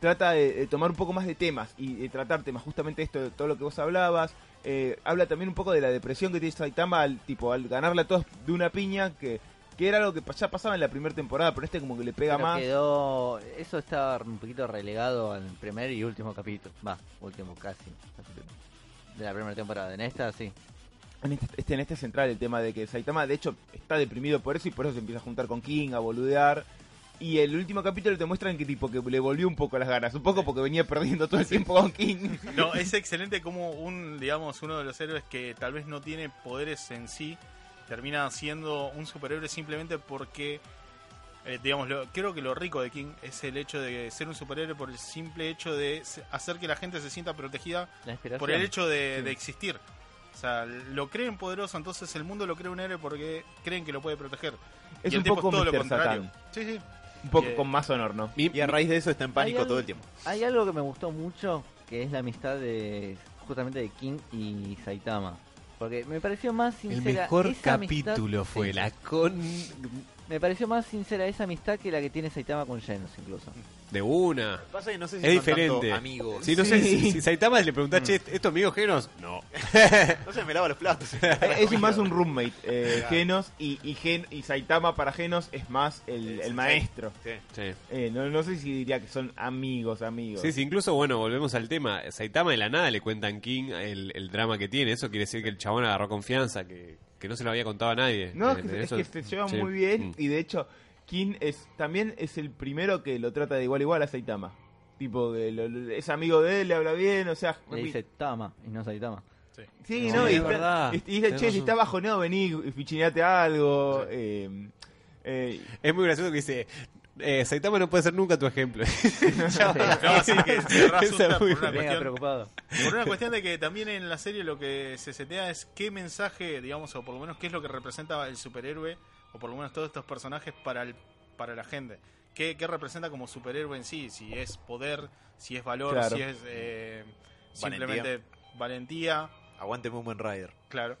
E: trata de, de tomar un poco más de temas y de tratar temas, justamente esto, de todo lo que vos hablabas. Eh, habla también un poco de la depresión que tiene Saitama al tipo al ganarle a todos de una piña, que, que era algo que ya pasaba en la primera temporada, pero este como que le pega
C: Pero
E: más.
C: quedó... Eso estaba un poquito relegado al primer y último capítulo. Va, último casi. De la primera temporada. En esta, sí.
E: En este, este- en este central el tema de que Saitama, de hecho, está deprimido por eso y por eso se empieza a juntar con King, a boludear. Y el último capítulo te muestran que tipo que le volvió un poco las ganas, un poco porque venía perdiendo todo el tiempo con King.
A: No, es excelente como un, digamos, uno de los héroes que tal vez no tiene poderes en sí, termina siendo un superhéroe simplemente porque, eh, digamos, lo- creo que lo rico de King es el hecho de ser un superhéroe por el simple hecho de se- hacer que la gente se sienta protegida
C: La inspiración.
A: por el hecho de,
E: Sí.
A: de existir. O sea, lo creen poderoso, entonces el mundo lo cree un héroe porque creen que lo puede proteger.
E: Es
A: y el
E: un
A: tipo
E: poco
A: es todo lo
E: Mr.
A: contrario.
E: Satan,
A: Sí, Eh, sí.
E: un poco
A: Que-
E: con más honor, ¿no?
D: Mi-
B: Y a raíz de eso está en
C: Hay
B: pánico
C: algo-
B: todo el tiempo.
C: Hay algo que me gustó mucho, que es la amistad de justamente de King y Saitama. Porque me pareció más
D: el
C: sincera.
D: mejor
C: esa amistad-
D: capítulo fue
C: Sí.
D: la con
C: Me pareció más sincera esa amistad que la que tiene Saitama con Genos incluso.
D: de una.
B: Pasa que no sé si
D: Es
B: son tanto
D: diferente.
B: amigos.
D: Sí, no sé,
E: Sí.
D: si, si Saitama le preguntás, che, ¿estos amigos genos? No.
B: No sé, me lava los platos.
E: Es un- más un roommate, eh, Genos, y, y, Gen- y Saitama para Genos es más el, el maestro.
B: Sí.
D: Sí.
E: Eh, no, no sé si diría que son amigos, amigos.
D: Sí, sí, incluso, bueno, volvemos al tema. Saitama de la nada le cuentan King el, el drama que tiene. Eso quiere decir que el chabón agarró confianza, que, que no se lo había contado a nadie.
E: No, es
D: Eh,
E: que, es
D: eso-
E: que se llevan
D: sí.
E: muy bien
D: Mm.
E: y de hecho King es también es el primero que lo trata de igual a igual a Saitama. Tipo, que lo- lo- es amigo de él, le habla bien, o sea...
C: Le dice Tama y no Saitama.
E: sí,
D: Sí,
E: no, y
D: es
E: está-
D: verdad.
E: y dice,
D: Tenés
E: che, si
D: razón.
E: está bajoneado, vení y fichineate algo. eh, eh,
D: Es muy gracioso que dice, eh, Saitama no puede ser nunca tu ejemplo.
A: No, sí, que se re asusta
D: Está muy
A: por una
C: Mega
D: bien.
A: cuestión
C: preocupado.
A: Por una cuestión de que también en la serie lo que se setea es qué mensaje, digamos, o por lo menos qué es lo que representa el superhéroe, o por lo menos todos estos personajes para, el, para la gente. ¿Qué, qué representa como superhéroe en sí? Si es poder, si es valor,
E: Claro.
A: si es eh, simplemente valentía.
B: Aguánteme un buen rider.
A: Claro.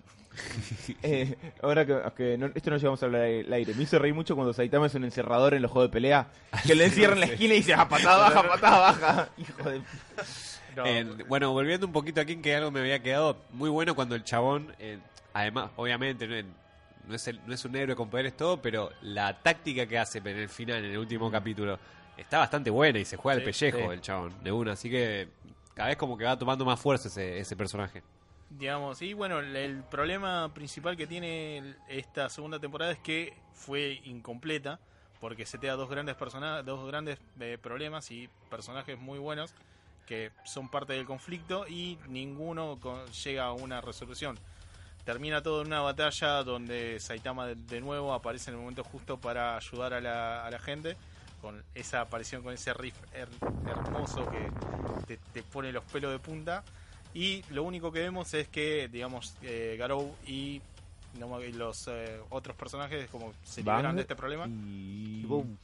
E: Eh, ahora que, que no- esto no llegamos a hablar al aire. Me hizo reír mucho cuando Saitama es un encerrador en los juegos de pelea. Que le encierra en la esquina y dice, ah, patada baja, patada baja. Hijo de...
A: No,
D: Eh, bueno, volviendo un poquito aquí, que algo me había quedado muy bueno cuando el chabón, eh, además, obviamente, no, no es el- no es un héroe con poderes todo, pero la táctica que hace en el final, en el último capítulo, está bastante buena y se juega al pellejo el chabón de una, así que cada vez como que va tomando más fuerza ese, ese personaje.
A: digamos, y bueno, el, el problema principal que tiene el- esta segunda temporada es que fue incompleta, porque se te da dos grandes persona- dos grandes eh, problemas y personajes muy buenos que son parte del conflicto y ninguno co- llega a una resolución. Termina todo en una batalla donde Saitama de, de nuevo aparece en el momento justo para ayudar a la, a la gente. Con esa aparición, con ese riff her- hermoso que te, te pone los pelos de punta. Y lo único que vemos es que, digamos, eh, Garou y No me- y los eh, otros personajes como se
E: Bang
A: liberan de este problema.
E: Y...
C: Y boom.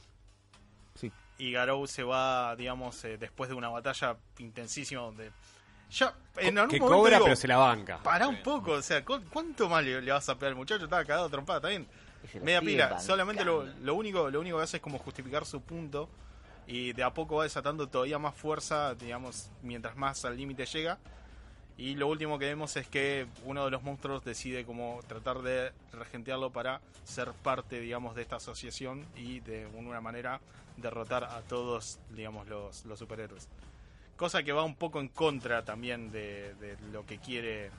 A: Y Garou se va, digamos, eh, después de una batalla intensísima donde... Ya, en algún
D: que
A: momento
D: cobra,
A: digo,
D: pero se la banca.
A: Pará un poco, o sea, ¿cu- ¿cuánto más le, le vas a pegar al muchacho? Estaba cagado a trompada también.
C: Y se la
A: Media
C: siguen
A: pila.
C: bancando.
A: Solamente lo, lo único, lo único que hace es como justificar su punto. Y de a poco va desatando todavía más fuerza, digamos, mientras más al límite llega. Y lo último que vemos es que uno de los monstruos decide como tratar de regentearlo para ser parte, digamos, de esta asociación y de una manera derrotar a todos, digamos, los, los superhéroes. Cosa que va un poco en contra también de, de lo que quiere,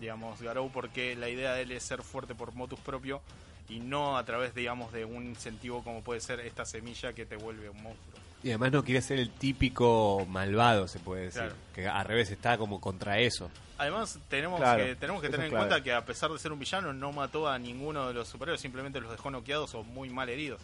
A: digamos, Garou, porque la idea de él es ser fuerte por motus propio y no a través, digamos, de un incentivo como puede ser esta semilla que te vuelve un monstruo.
D: Y además no quiere ser el típico malvado, se puede decir.
A: Claro.
D: Que al revés está como contra eso.
A: Además, tenemos
E: Claro,
A: que, tenemos que
E: eso
A: tener en
E: es clave.
A: cuenta que a pesar de ser un villano, no mató a ninguno de los superhéroes, simplemente los dejó noqueados o muy mal heridos.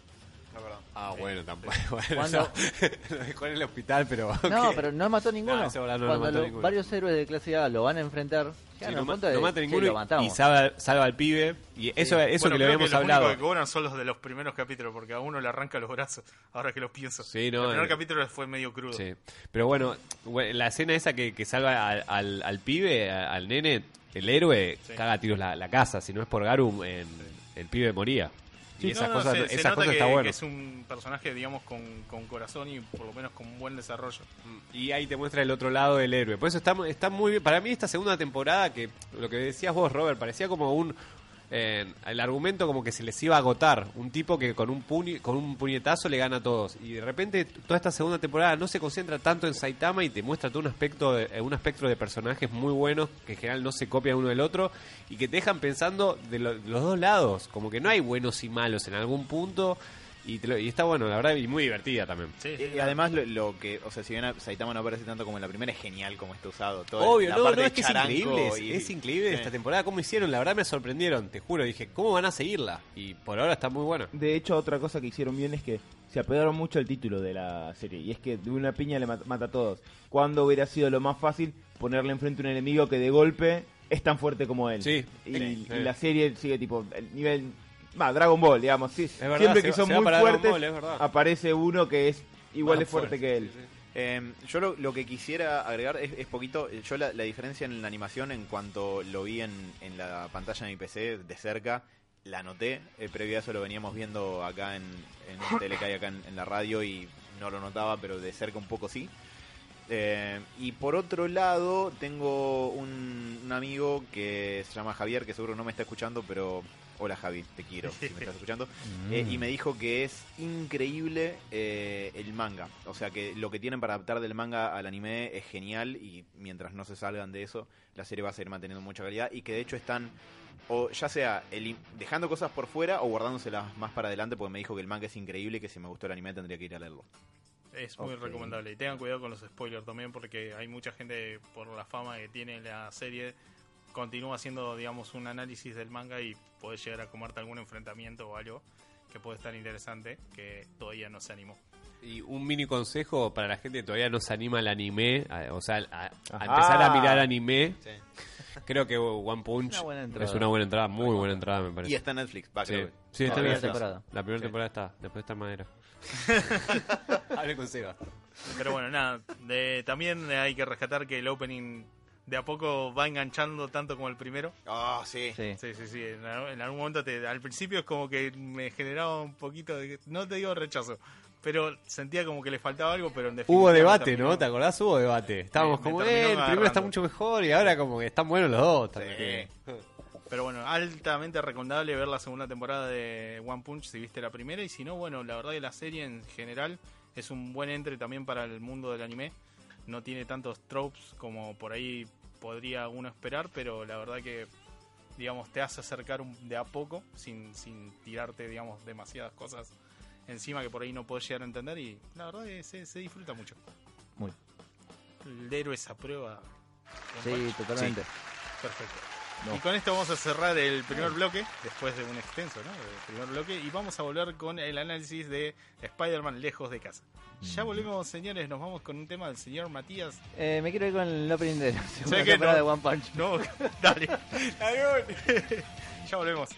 A: La verdad.
D: Ah,
A: Sí.
D: bueno, tampoco. Bueno,
C: Cuando-
D: o sea, lo dejó en el hospital, pero.
C: No,
D: ok.
C: pero no mató a ninguno.
D: No, ese volado no lo
C: Cuando
D: mató
C: lo-
D: ninguno.
C: varios héroes de clase A lo van a enfrentar,
D: Sí,
C: quedan
D: no,
C: a
D: ma-
C: punto de
D: no mata
C: "Che,
D: ninguno
C: lo
D: y- y,
C: matamos".
D: salva, salva al pibe. Y eso, eso
A: Bueno,
D: que le
A: creo
D: habíamos
A: los
D: hablado.
A: únicos que cobran son los de los primeros capítulos, porque a uno le arranca los brazos, ahora que lo pienso.
D: Sí, no,
A: El primer
D: eh.
A: capítulo fue medio crudo.
D: Sí. Pero bueno, bueno, la escena esa que, que salva al, al- al pibe, a- al nene, el héroe,
A: Sí.
D: caga a tiros la, la casa. Si no es por Garum, en- el pibe moría. y
A: No,
D: esas
A: no,
D: cosas,
A: se- se
D: esas
A: nota
D: cosas
A: que,
D: está bueno.
A: que es un personaje, digamos, con, con corazón y por lo menos con un buen desarrollo.
D: Mm. Y ahí te muestra el otro lado del héroe. Por eso está, está muy bien. Para mí esta segunda temporada, que lo que decías vos, Robert, parecía como un... eh, el argumento como que se les iba a agotar. Un tipo que con un, puñe- con un puñetazo le gana a todos. Y de repente toda esta segunda temporada no se concentra tanto en Saitama y te muestra todo un aspecto de, eh, un espectro de personajes muy buenos que en general no se copian uno del otro y que te dejan pensando de, lo- de los dos lados. Como que no hay buenos y malos en algún punto. Y, te lo- y está bueno, la verdad, y muy divertida también.
A: Sí, sí,
B: Y además lo, lo que, o sea, si bien a- Saitama no aparece tanto como en la primera, es genial como está usado. Todo
D: Obvio,
B: la
D: no,
B: parte
D: no,
B: de
D: es que es
B: charango
D: increíble, es,
B: y-
D: es increíble
B: sí.
D: esta temporada, cómo hicieron, la verdad me sorprendieron, te juro, dije, ¿cómo van a seguirla? Y por ahora está muy buena.
E: De hecho, otra cosa que hicieron bien es que se apegaron mucho al título de la serie. Y es que de una piña le mat- mata a todos. Cuando hubiera sido lo más fácil ponerle enfrente a un enemigo que de golpe es tan fuerte como él?
D: Sí.
E: Y,
D: Sí.
E: y la serie sigue tipo el nivel... Va, Dragon Ball, digamos. Sí,
D: verdad,
E: siempre
D: se
E: que
D: va-
E: son
D: se va
E: muy
D: para Dragon
E: fuertes,
D: Ball, es verdad.
E: aparece uno que es igual
D: Más
E: de fuerte,
D: fuerte,
E: que él.
B: Eh, yo lo, lo que quisiera agregar es, es poquito. eh, Yo la, la diferencia en la animación, en cuanto lo vi en, en la pantalla de mi PC de cerca, la noté. Eh, previo a eso lo veníamos viendo acá en, en Telecay, acá en, en la radio, y no lo notaba, pero de cerca un poco sí. Eh, y por otro lado, tengo un, un amigo que se llama Javier, que seguro no me está escuchando, pero hola Javi, te quiero si me estás escuchando. Eh,
D: Mm.
B: y me dijo que es increíble eh, el manga. O sea, que lo que tienen para adaptar del manga al anime es genial y mientras no se salgan de eso, la serie va a seguir manteniendo mucha calidad y que de hecho están, o ya sea elim- dejando cosas por fuera o guardándoselas más para adelante porque me dijo que el manga es increíble y que si me gustó el anime tendría que ir a leerlo.
A: Es muy
E: Ok.
A: recomendable. Y tengan cuidado con los spoilers también, porque hay mucha gente por la fama que tiene la serie. Continúa haciendo, digamos, un análisis del manga y podés llegar a comerte algún enfrentamiento o algo que puede estar interesante, que todavía no se animó.
D: Y un mini consejo para la gente que todavía no se anima al anime, a- o sea, a, a
E: Ajá.
D: empezar a mirar anime, creo que One Punch
C: Una buena entrada.
D: es una buena entrada, muy buena entrada me
B: Y
D: parece.
B: está en Netflix, va,
D: Sí,
B: creo que-
D: Sí, está
C: La
D: en
C: primera
D: Netflix.
C: temporada.
D: La primera
B: Sí.
D: temporada está, después está en madera. Hable con Seba.
A: Pero bueno, nada, de- también hay que rescatar que el opening de a poco va enganchando tanto como el primero.
B: Ah, sí.
C: Sí.
A: Sí, sí, sí. En, al- en algún momento, te- al principio es como que me generaba un poquito de. No te digo rechazo, pero sentía como que le faltaba algo, pero en definitiva.
D: Hubo
A: me
D: debate,
A: terminó-
D: ¿no? ¿Te acordás? Hubo debate. Estábamos
A: Me- me
D: como,
A: terminó
D: eh, el primero
A: agarrando.
D: está mucho mejor y ahora como que están buenos los dos. también.
A: Pero bueno, altamente recomendable ver la segunda temporada de One Punch si viste la primera. Y si no, bueno, la verdad que la serie en general es un buen entre también para el mundo del anime. No tiene tantos tropes como por ahí podría uno esperar, pero la verdad que, digamos, te hace acercar un- de a poco sin, sin tirarte, digamos, demasiadas cosas encima que por ahí no puedes llegar a entender. Y la verdad que se, se disfruta mucho.
C: Muy.
A: El héroe esa prueba.
C: Sí, totalmente.
A: Perfecto.
E: No.
A: Y con esto vamos a cerrar el primer bloque, después de un extenso, ¿no? El primer bloque, y vamos a volver con el análisis de Spider-Man lejos de casa. Ya volvemos, señores, nos vamos con un tema del señor Matías.
C: Eh, me quiero ir con el opening de la segunda
A: que
C: temporada
A: no.
C: de One Punch.
A: No, dale. Ya volvemos.